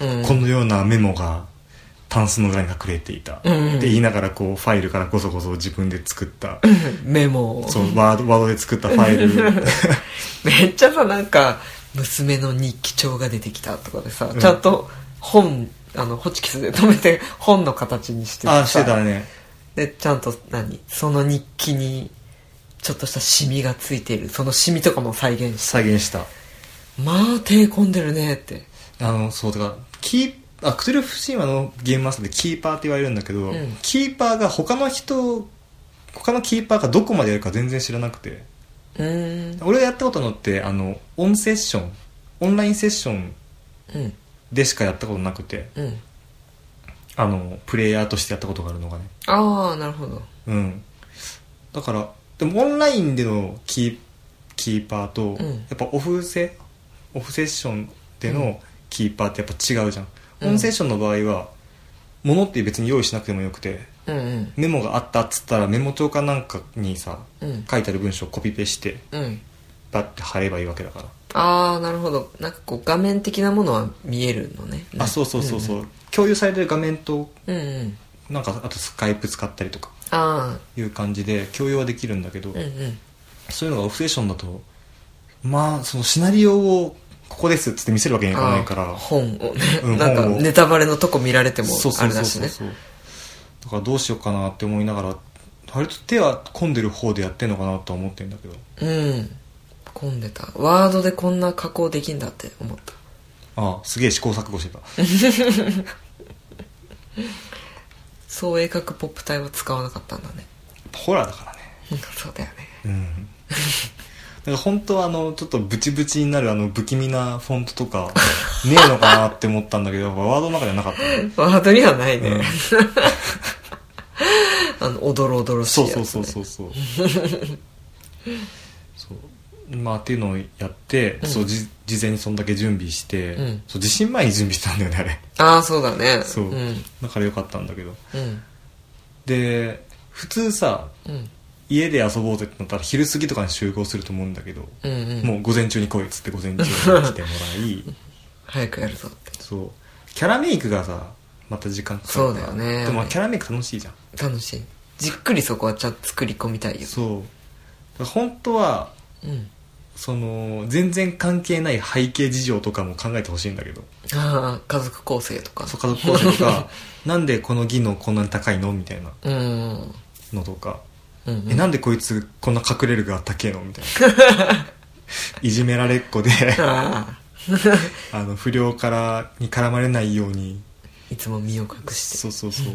S1: うん
S2: このようなメモがタンスの裏に隠れていた、
S1: うんうん
S2: って言いながらこうファイルからこそこそ自分で作った、
S1: メモを
S2: そうワードワードで作ったファ
S1: *laughs*
S2: イル
S1: めっちゃさなんか娘の日記帳が出てきたとかでさ、ちゃんと本あのホチキスで止めて本の形にして
S2: あ
S1: さ
S2: あしてたね
S1: でちゃんと何その日記にちょっとしたシミがついているそのシミとかも再現し
S2: 再現した
S1: まあ手込んでるねって
S2: あのそうだからキーあクトゥルフ神話のゲームマスターでキーパーって言われるんだけど、
S1: うん
S2: キーパーが他の人他のキーパーがどこまでやるか全然知らなくて
S1: うーん
S2: 俺がやったことのってあのオンセッションオンラインセッション
S1: うん
S2: でしかやったことなくて
S1: うん
S2: あのプレイヤーとしてやったことがあるのがね
S1: ああなるほど
S2: うんだからでもオンラインでのキーキーパーと、
S1: うん
S2: やっぱオフセオフセッションでのキーパーってやっぱ違うじゃん、
S1: うん
S2: オンセッションの場合は物って別に用意しなくてもよくて
S1: うんうん
S2: メモがあったっつったらメモ帳かなんかにさ
S1: うん
S2: 書いてある文章をコピペして
S1: うん
S2: バッて貼ればいいわけだから、
S1: ああなるほどなんかこう画面的なものは見えるのね
S2: あそうそうそうそう、共有されてる画面と
S1: うんうん、うんうん、
S2: なんかあとスカイプ使ったりとか
S1: あ
S2: いう感じで共有はできるんだけど、
S1: あうんうん
S2: そういうのがオフセッションだとまあそのシナリオをここですっつって見せるわけにはいかないか
S1: あー
S2: ら
S1: 本をね、
S2: うん
S1: なんか
S2: 本を
S1: ネタバレのとこ見られても
S2: そう
S1: あ
S2: そう
S1: れ
S2: そう
S1: だし
S2: そう
S1: ね
S2: そうだからどうしようかなって思いながら割と手は混んでる方でやってんのかなとは思ってんだけど
S1: うん混んでたワードでこんな加工できんだって思った
S2: ああすげえ試行錯誤してた
S1: そう鋭角ポップ体は使わなかったんだね
S2: ホラーだからね
S1: そうだよね
S2: うんなんか本当はあの、ちょっとブチブチになるあの、不気味なフォントとか、ねえのかなって思ったんだけど、やっぱワードの中じゃなかったね。
S1: ワードにはないね、
S2: うん
S1: *laughs* あのおどろおどろしいや
S2: そう
S1: つ、ね、
S2: そうそうそう *laughs* そうそうまあっていうのをやって、
S1: うん
S2: そうじ事前にそんだけ準備して、
S1: うん
S2: そう地震前に準備したんだよねあ *laughs* れ
S1: ああそうだね
S2: そう、
S1: うん
S2: だからよかったんだけど
S1: うん
S2: で普通さ
S1: うん
S2: 家で遊ぼうぜってなったら昼過ぎとかに集合すると思うんだけど、
S1: うんうん
S2: もう午前中に来いっつって午前中に来てもらい
S1: 早くやるぞって
S2: そうキャラメイクがさまた時間かかるから
S1: そうだよね
S2: でもまあキャラメイク楽しいじゃん
S1: 楽しいじっくりそこはちゃんと作り込みたいよ
S2: そうだから本当は
S1: うん
S2: その全然関係ない背景事情とかも考えてほしいんだけど
S1: ああ家族構成とか
S2: そう家族構成
S1: *laughs*
S2: とかなんでこの技能こんなに高いのみたいな
S1: うんうん
S2: のとか、
S1: うん
S2: えなんでこいつこんな隠れるが高えのみたい
S1: *laughs*
S2: ないじめられっ子で *laughs*
S1: ああ
S2: あの不良からに絡まれないように
S1: いつも身を隠して
S2: そうそうそうっ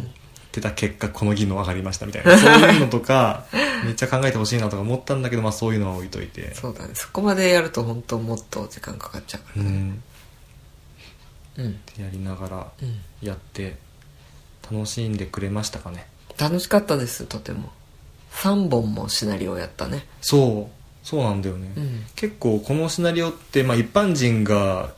S2: てた結果この技能上がりましたみたいなそういうの
S1: *laughs*
S2: とかめっちゃ考えてほしいなとか思ったんだけど、まあ、そういうのは置いといて
S1: そうだねそこまでやると本当もっと時間かかっちゃうか
S2: うん
S1: らうん
S2: ってやりながら
S1: うん
S2: やって楽しんでくれましたかね
S1: 楽しかったですとても3本もシナリオやったね
S2: そうそうなんだよね、
S1: うん
S2: 結構このシナリオって、まあ、一般人が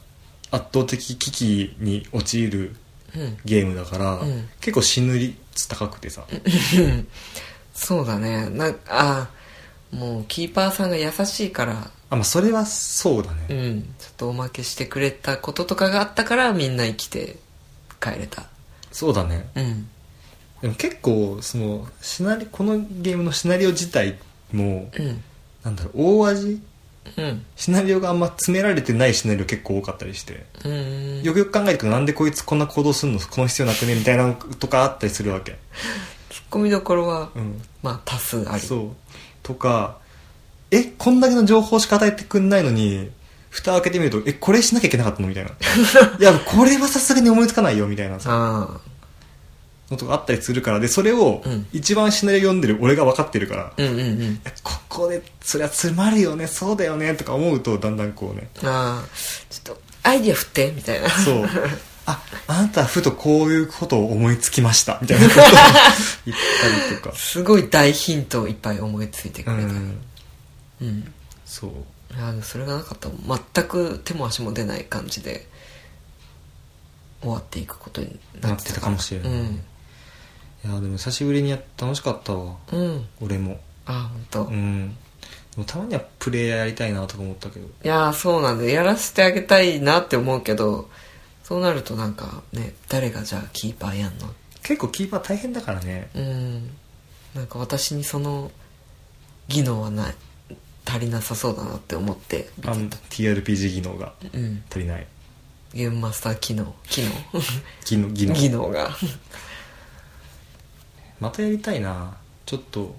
S2: 圧倒的危機に陥る
S1: うん
S2: ゲームだから、
S1: うん
S2: 結構死ぬ率高くてさ、
S1: そうだねなああもうキーパーさんが優しいから
S2: あまあ、それはそうだ
S1: う
S2: ね、
S1: んちょっとおまけしてくれたこととかがあったからみんな生きて帰れた
S2: そうだね
S1: うん
S2: でも結構そのシナリこのゲームのシナリオ自体も
S1: うん
S2: なんだろう大味
S1: うん
S2: シナリオがあんま詰められてないシナリオ結構多かったりして
S1: うん
S2: よくよく考えてくるなんでこいつこんな行動するのこの必要なくねみたいなのとかあったりするわけ、
S1: ツッコミどころは、
S2: うん、
S1: まあ多数あり
S2: そうとかえこんだけの情報しか与えてくんないのに蓋開けてみるとえこれしなきゃいけなかったのみ
S1: *laughs*
S2: たいないやこれはさすがに思いつかないよみたいなさ
S1: あ
S2: のとかあったりするからでそれを
S1: うん
S2: 一番シナリオ読んでる俺が分かってるから、
S1: あうんうんうん
S2: えここでそりゃ詰まるよねそうだよねとか思うとだんだんこう
S1: *laughs*
S2: ね
S1: ああちょっとアイディア振ってみたいな
S2: そうああなたふとこういうことを思いつきましたみたいなこと
S1: *laughs*
S2: を言ったりとか
S1: すごい大ヒントをいっぱい思いついてく
S2: う
S1: れた
S2: ん
S1: うん
S2: そう
S1: あのそれがなかったら全く手も足も出ない感じで終わっていくことにな
S2: なっ
S1: って
S2: て
S1: たか
S2: たからもしれない、
S1: うん、
S2: いやでも久しぶりにやって楽しかったわ
S1: うん、
S2: 俺も
S1: あ本当、
S2: う
S1: い
S2: んでもたまにはプレイヤーやりたいなとか思ったけど
S1: やーそうなんでやらせてあげたいなって思うけどそうなるとなんかね誰がじゃあキーパーやんの
S2: 結構キーパー大変だからね
S1: うんなんか私にその技能はない足りなさそうだなって思って
S2: あの TRPG 技能が
S1: うん
S2: 足りない
S1: ゲームマスター機能機
S2: 技能技
S1: 能
S2: 能
S1: 技能が
S2: またやりたいなちょっと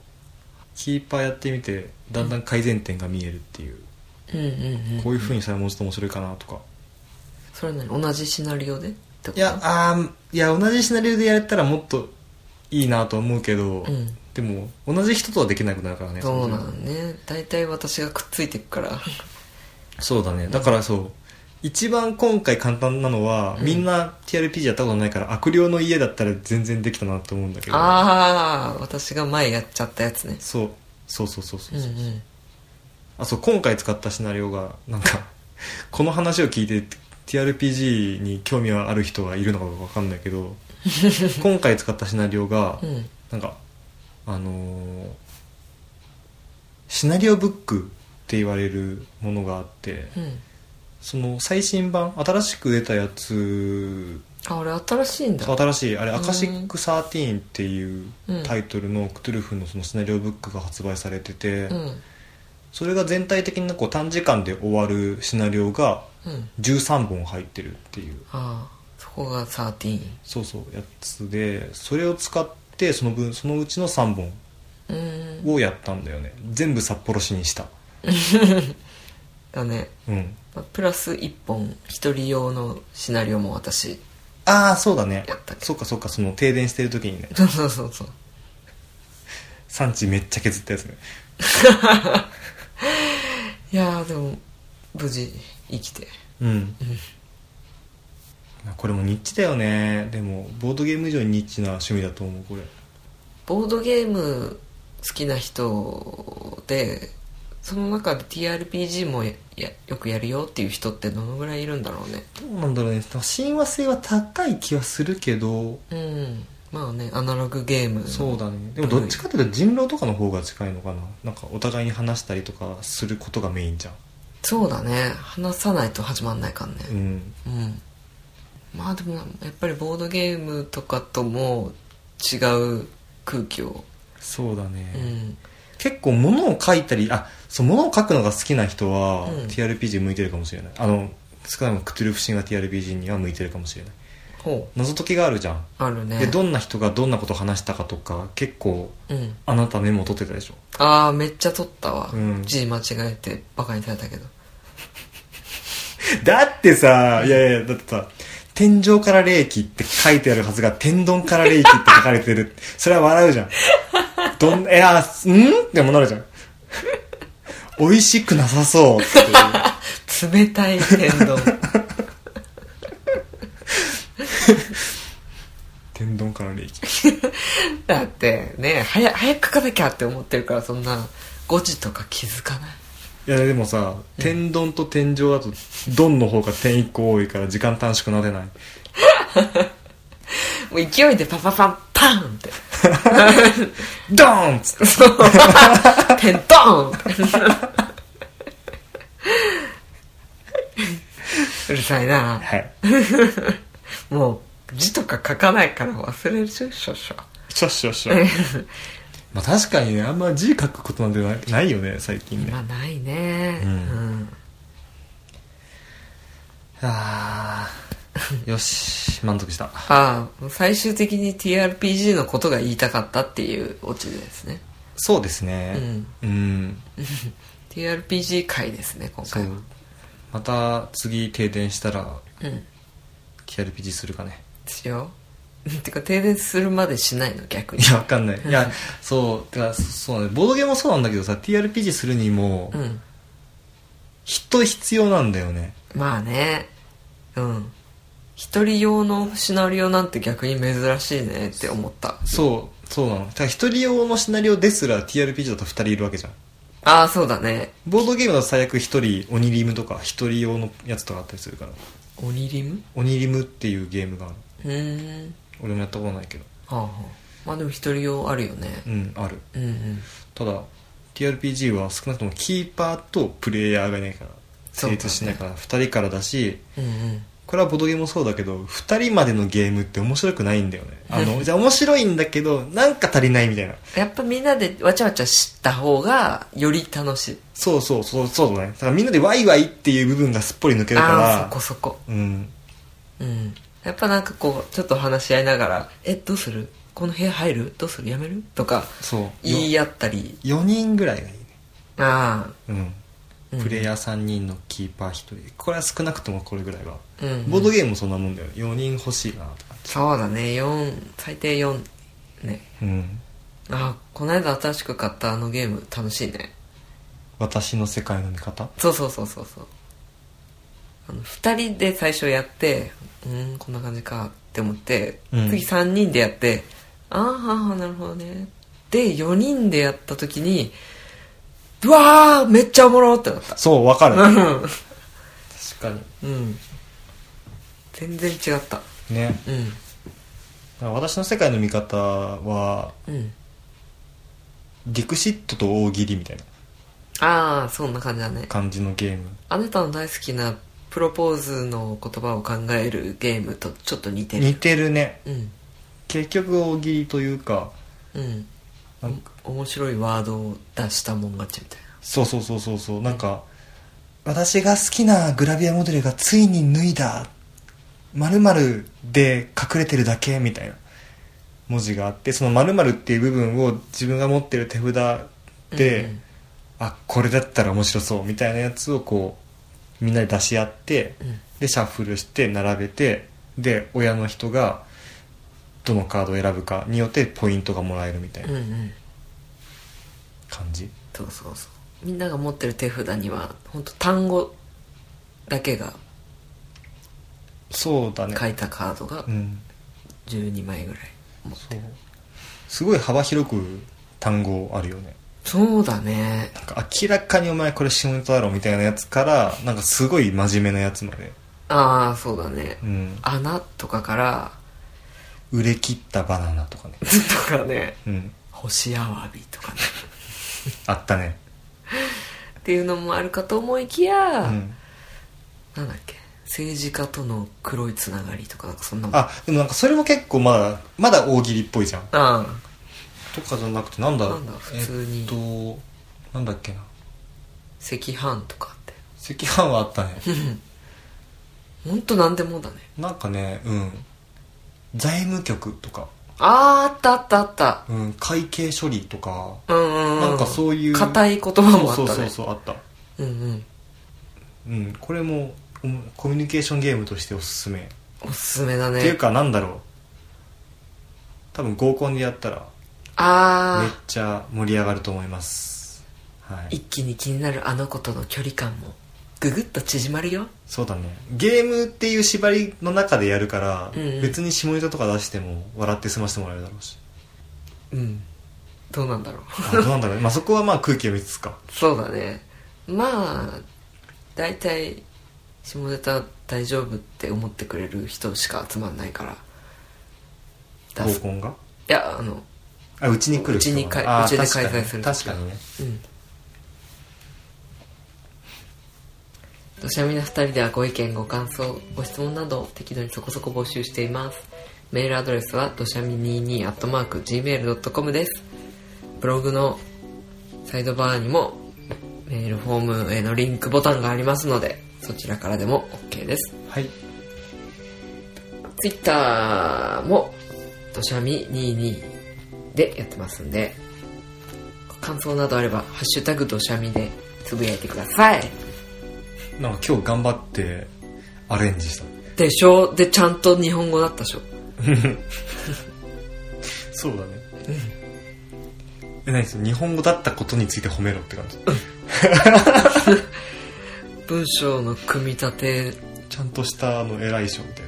S2: キーパーやってみてだんだん改善点が見えるっていう、
S1: うんうんうん
S2: こういう風にさえもうちょっと面白いかなとか
S1: それは何同じシナリオでってこと
S2: いやあーいや同じシナリオでやれたらもっといいなとは思うけど、
S1: うん
S2: でも同じ人とはできなくなるからね
S1: そうな
S2: そ
S1: の
S2: う
S1: ね大体私がくっついてくから
S2: そうだねだからそう一番今回簡単なのは、
S1: うん
S2: みんな TRPG やったことないから悪霊の家だったら全然できたなと思うんだけど
S1: ああ私が前やっちゃったやつね
S2: そうそうそうそうそうう
S1: う
S2: んそう、
S1: ん
S2: あそう今回使ったシナリオがなんか *laughs* この話を聞いて TRPG に興味はある人がいるのか分かんないけ
S1: *laughs*
S2: ど今回使ったシナリオが、
S1: うん
S2: なんかあのーシナリオブックって言われるものがあって
S1: うん
S2: その最新版新しく出たやつ
S1: あ俺新しいんだ
S2: 新しいあれ「アカシック13」っていう
S1: うん
S2: タイトルのクトゥルフのそのシナリオブックが発売されてて、
S1: うん
S2: それが全体的にこう短時間で終わるシナリオが
S1: うん
S2: 13本入ってるっていう
S1: ああそこが13
S2: そうそうやつでそれを使ってその分そのうちの3本
S1: うん
S2: をやったんだよね全部札幌市にした
S1: だね、
S2: うん
S1: まあプラス1本一人用のシナリオも私
S2: ああそうだね
S1: やったっけ
S2: そうかそうかその停電してる時にね
S1: そうそうそうそう
S2: 産地めっちゃ削ったやつね
S1: いやーでも無事生きて
S2: うんこれもニッチだよねでもボードゲーム以上にニッチな趣味だと思うこれ
S1: ボードゲーム好きな人でその中で TRPG もややよくやるよっていう人ってどのぐらいいるんだろうね
S2: どうなんだろうね親和性は高い気はするけど
S1: うんまあねアナログゲーム
S2: そうだねでもどっちかっていうと人狼とかの方が近いのかななんかお互いに話したりとかすることがメインじゃん
S1: そうだね話さないと始まんないからね
S2: うん
S1: うん、まあでもやっぱりボードゲームとかとも違う空気を
S2: そうだね、
S1: うん
S2: 結構物を書いたりあそう物を書くのが好きな人は、
S1: うん
S2: TRPG 向いてるかもしれないあの少なくともクトゥルフ神話 TRPG には向いてるかもしれない
S1: ほ
S2: 謎解きがあるじゃん
S1: うあるね
S2: でどんな人がどんなことを話したかとか結構
S1: うん、
S2: あなたメモ取ってたでしょ
S1: ああめっちゃ撮ったわ、
S2: うん
S1: 字間違えてバカにされたけど
S2: *laughs* だってさいやいやだってさ天井から霊気って書いてあるはずが天丼から霊気って書かれてる *laughs* それは笑うじゃんどんいやんってもなるじゃん *laughs* 美味しくなさそうっていう
S1: 冷たい天丼
S2: 天丼から霊気
S1: だってね早早く書かなきゃって思ってるからそんな誤字とか気づかない
S2: いやでもさ天丼と天井だと丼の方が点一個多いから時間短縮なれない
S1: もう勢いでパパパンパンって
S2: ドーンっつって
S1: 天丼 *laughs* うるさいな
S2: *laughs* はい
S1: もう字とか書かないから忘れるでしょ少 *laughs* 々
S2: しょっしょっしょまあ確かにねあんま字書くことなんてなないよね最近ね
S1: 今ないね
S2: う
S1: うんん、
S2: ああよし満足した
S1: ああ最終的に TRPG のことが言いたかったっていうオチですね
S2: そうですねうん、
S1: TRPG 回ですね今
S2: そ
S1: 回
S2: う
S1: は
S2: また次停電したら
S1: うん
S2: TRPG するかね *laughs*
S1: しようてか停電するまでしないの逆に
S2: いやわかんないい *laughs* やそうてかそうなんだボードゲームもそうなんだけどさ TRPG するにも
S1: うん
S2: 人必要なんだよね
S1: まあねうん一人用のシナリオなんて逆に珍しいねって思った
S2: そうそうなのだから一人用のシナリオですら TRPG だと2人いるわけじゃん
S1: ああそうだね
S2: ボードゲームだと最悪1人鬼リムとか1人用のやつとかあったりするから
S1: 鬼リム
S2: 鬼リムっていうゲームがある
S1: うーん
S2: 俺もやったことないけど
S1: はあ、はあ、まあでも一人用あるよね
S2: うんある
S1: うんうん
S2: ただ TRPG は少なくともキーパーとプレイヤーがいないから
S1: そ
S2: 成
S1: うだね
S2: 立しないから2人からだし
S1: うんうん
S2: これはボードゲームもそうだけど2人までのゲームって面白くないんだよね
S1: *laughs*
S2: あのじゃあ面白いんだけどなんか足りないみたいな
S1: やっぱみんなでわちゃわちゃ知った方がより楽しい
S2: そうそうそうそうだねだからみんなでワイワイっていう部分がすっぽり抜ける
S1: ああーそ
S2: か
S1: こそこ
S2: らうん
S1: うんやっぱなんかこうちょっと話し合いながら「えどうするこの部屋入るどうするやめる?」とか
S2: そう
S1: 言い合ったり
S2: 4人ぐらいがいいね
S1: ああ
S2: うん
S1: うん
S2: プレイヤー3人のキーパー1人これは少なくともこれぐらいは
S1: うんうん
S2: ボードゲームもそんなもんだよ4人欲しいなとか
S1: そうだね4最低4ね
S2: うん
S1: あこの間新しく買ったあのゲーム楽しいね
S2: 私の世界の見方
S1: そうそうそうそうそうあの2人で最初やってうーんこんな感じかって思って、
S2: うん
S1: 次3人でやってあーはーはーなるほどねで4人でやった時にうわーめっちゃおもろってなった *laughs*
S2: そうわかる確
S1: う
S2: かに
S1: んうん全然違った
S2: ね
S1: う
S2: 私の世界の見方は
S1: んうん
S2: ディクシットと大喜利みたいな
S1: ああそんな感じだね
S2: 感じのゲーム
S1: あなたの大好きなプロポーズの言葉を考えるゲームとちょっと似てる
S2: 似てるね
S1: うん
S2: 結局大喜利というか
S1: うん
S2: なんか
S1: 面白いワードを出したもん勝ちみたいな
S2: そうそうそうそうそうなんか私が好きなグラビアモデルがついに脱いだまるで隠れてるだけみたいな文字があってその〇〇っていう部分を自分が持ってる手札で、
S1: うん
S2: あこれだったら面白そうみたいなやつをこうみんなで出し合って、
S1: うん
S2: でシャッフルして並べてで親の人がどのカードを選ぶかによってポイントがもらえるみたい
S1: うん
S2: な
S1: うん
S2: 感じ、
S1: そうそうそうみんなが持ってる手札には本当単語だけが
S2: そうだね
S1: 書いたカードが
S2: うん
S1: 12枚ぐらい
S2: そうすごい幅広く単語あるよね
S1: そうだね
S2: なんか明らかにお前これ仕事だろみたいなやつからなんかすごい真面目なやつまで、
S1: ああそうだね
S2: うん、
S1: 穴とかから *laughs*
S2: 売れ切ったバナナとかね、
S1: とかね
S2: うん、
S1: 星あわびとかね
S2: あったね、
S1: っていうのもあるかと思いきや、
S2: うん、
S1: なんだっけ政治家との黒いつながりとかなんかそんなもんあ
S2: あでもなんかそれも結構まだまだ大喜利っぽいじゃん
S1: あ
S2: とかじゃなくてなんだ
S1: なんだ普通に
S2: えっとなんだっけな
S1: 赤飯とかって
S2: 赤飯はあったね
S1: ほんと何でもだね
S2: なんかねうん財務局とか、
S1: あーあったあったあった
S2: うん、会計処理とか
S1: うんうん、うん、
S2: なんかそういう
S1: 硬い言葉もあった
S2: そう
S1: ね
S2: そうそうそうあった
S1: うんうん
S2: うんこれもうんコミュニケーションゲームとしておすすめ
S1: おすすめだね
S2: っていうかなんだろう多分合コンでやったらめっ
S1: あ
S2: ちゃ盛り上がると思いますはい
S1: ー一気に気になるあの子との距離感もぐぐっと縮まるよ
S2: そうだねゲームっていう縛りの中でやるから、
S1: うんうん
S2: 別に下ネタとか出しても笑って済ませてもらえるだろうし
S1: うんどうなんだろう
S2: あどうな
S1: *laughs*
S2: んだろうねまあそこはまあ空気を見つつか
S1: そうだねまあ大体下ネタ大丈夫って思ってくれる人しか集まんないから出
S2: 合
S1: す
S2: コンが
S1: いやあの
S2: あうちに来る人
S1: うちにか
S2: あー
S1: うちで
S2: 確かに
S1: 開催する
S2: 確かにね
S1: うんどしゃみな2人ではご意見ご感想ご質問などを適度にそこそこ募集していますメールアドレスはどしゃみ22 gmail.com ですブログのサイドバーにもメールフォームへのリンクボタンがありますのでそちらからでも OK です
S2: はい
S1: ツイッターも、としゃみ22でやってますんで、感想などあれば、ハッシュタグとしゃみでつぶやいてください。
S2: なんか今日頑張ってアレンジした
S1: でしょで、ちゃんと日本語だったでしょ
S2: そうだね *laughs* え何それ日本語だったことについて褒めろって感じ
S1: 文章の組み立て、
S2: *laughs* ちゃんとしたあの偉い人みたい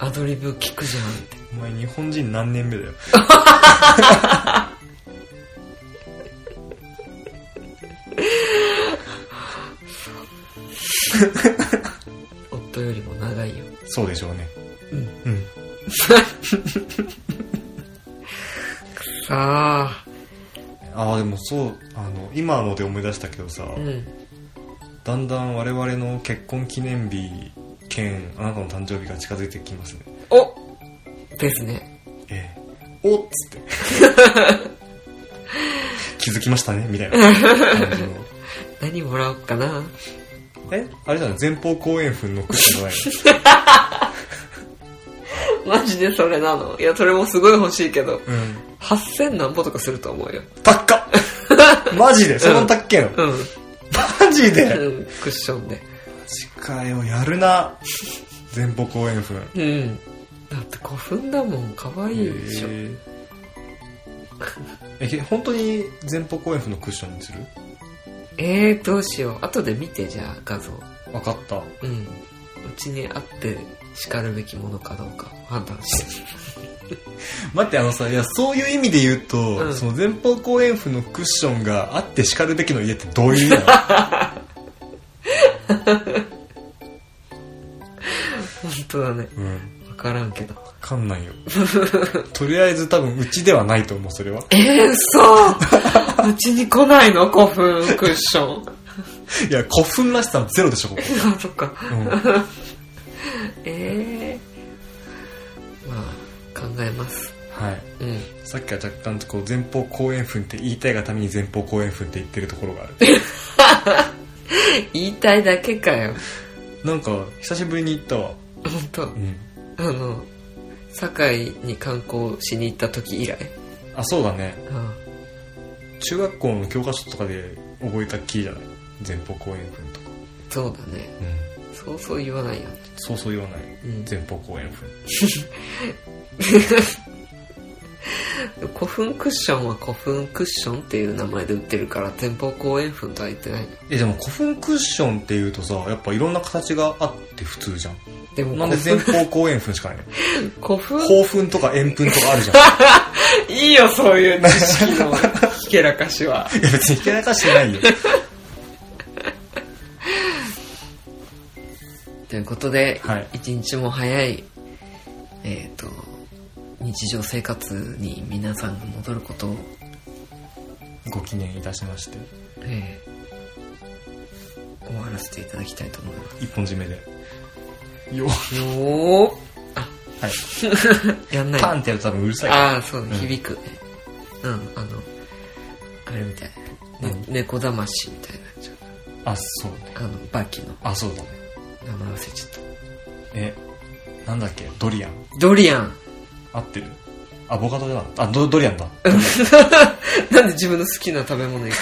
S2: な
S1: アドリブ聞くじゃんって。
S2: お前日本人何年目だよ
S1: 夫よりも長いよ。
S2: そうでしょうね
S1: うん。
S2: うん
S1: さあ、
S2: ああでもそうあの今ので思い出したけどさ、
S1: うん。
S2: だんだん我々の結婚記念日兼あなたの誕生日が近づいてきますね
S1: おですね。
S2: ええおっつって *laughs* 気づきましたねみたいな感じの *laughs*
S1: 何もらおうかな。
S2: えあれじゃない前方後円墳のクッションじゃないの
S1: *laughs* マジでそれなのいや、それもすごい欲しいけど、
S2: うん
S1: 8000何歩とかすると思うよ。
S2: 高 *laughs* っマジでそんな高っけの、
S1: うん。
S2: マジで
S1: うん、クッションで。
S2: 近いよやるな前方後円墳
S1: うん。だって古墳だもん、かわいいでしょ。
S2: へーえけ本当に前方後円墳のクッションにする
S1: えー、どうしよう。後で見て、じゃあ、画像。
S2: 分かった
S1: うん。うちにあって、叱るべきものかどうか判断 *laughs* して。
S2: 待ってあのさいやそういう意味で言うと、
S1: うん
S2: その前方後円墳のクッションがあってしかるべきの家ってどういう意味なの
S1: 本当だね。
S2: *laughs* うん
S1: わからんけど。
S2: 分かんない *laughs* よとりあえず多分うちではないと思うそれは
S1: えー、 *laughs* そううちに来ないの古墳、クッション。
S2: いや古墳らしさゼロでしょここ、
S1: あ、そっか。
S2: うん、
S1: *laughs* えー。まあ、考えます。
S2: はい
S1: うん。
S2: さっきは若干こう前方後円墳って言いたいがために前方後円墳って言ってるところがある
S1: 言いたいだけかよ。
S2: なんか久しぶりに行ったわ
S1: 本当
S2: うん
S1: あの、堺に観光しに行った時以来
S2: あそうだね
S1: あ
S2: 中学校の教科書とかで覚えたっきりじゃない前方後円墳とか
S1: そうだね
S2: うん
S1: そうそう言わないよね
S2: そうそう言わない
S1: うん
S2: 前方後円墳
S1: 古墳クッションは古墳クッションっていう名前で売ってるから前方後円墳とは言ってない
S2: えでも古墳クッションっていうとさやっぱいろんな形があって普通じゃん
S1: でも
S2: なんで
S1: 古
S2: 前
S1: 墳
S2: 方後円墳しかないの
S1: 古墳
S2: 後墳とか円墳とかあるじゃん
S1: いいよそういう知識の *laughs* ひけらかしはい
S2: や別にひけらかしてないよ
S1: ということで、
S2: はい
S1: 一日も早い、えっと日常生活に皆さんが戻ることを、
S2: ご記念いたしまして
S1: えー終わらせていただきたいと思いま
S2: 一本締めでよ
S1: すよー
S2: は
S1: *laughs*
S2: い
S1: やんない
S2: パンってやると多分うるさい
S1: ああそうね
S2: うん
S1: 響くねうんあのあれみたい、ね
S2: うん
S1: 猫だましみたいになっちゃう
S2: あそうね
S1: あのバキの
S2: あそうだね
S1: 名前忘れちゃっ
S2: えなんだっけドリアン
S1: たドリアン *laughs*
S2: 合ってるアボカドじゃなかったあドドリアンだ
S1: なんで自分の好きな食べ物言うか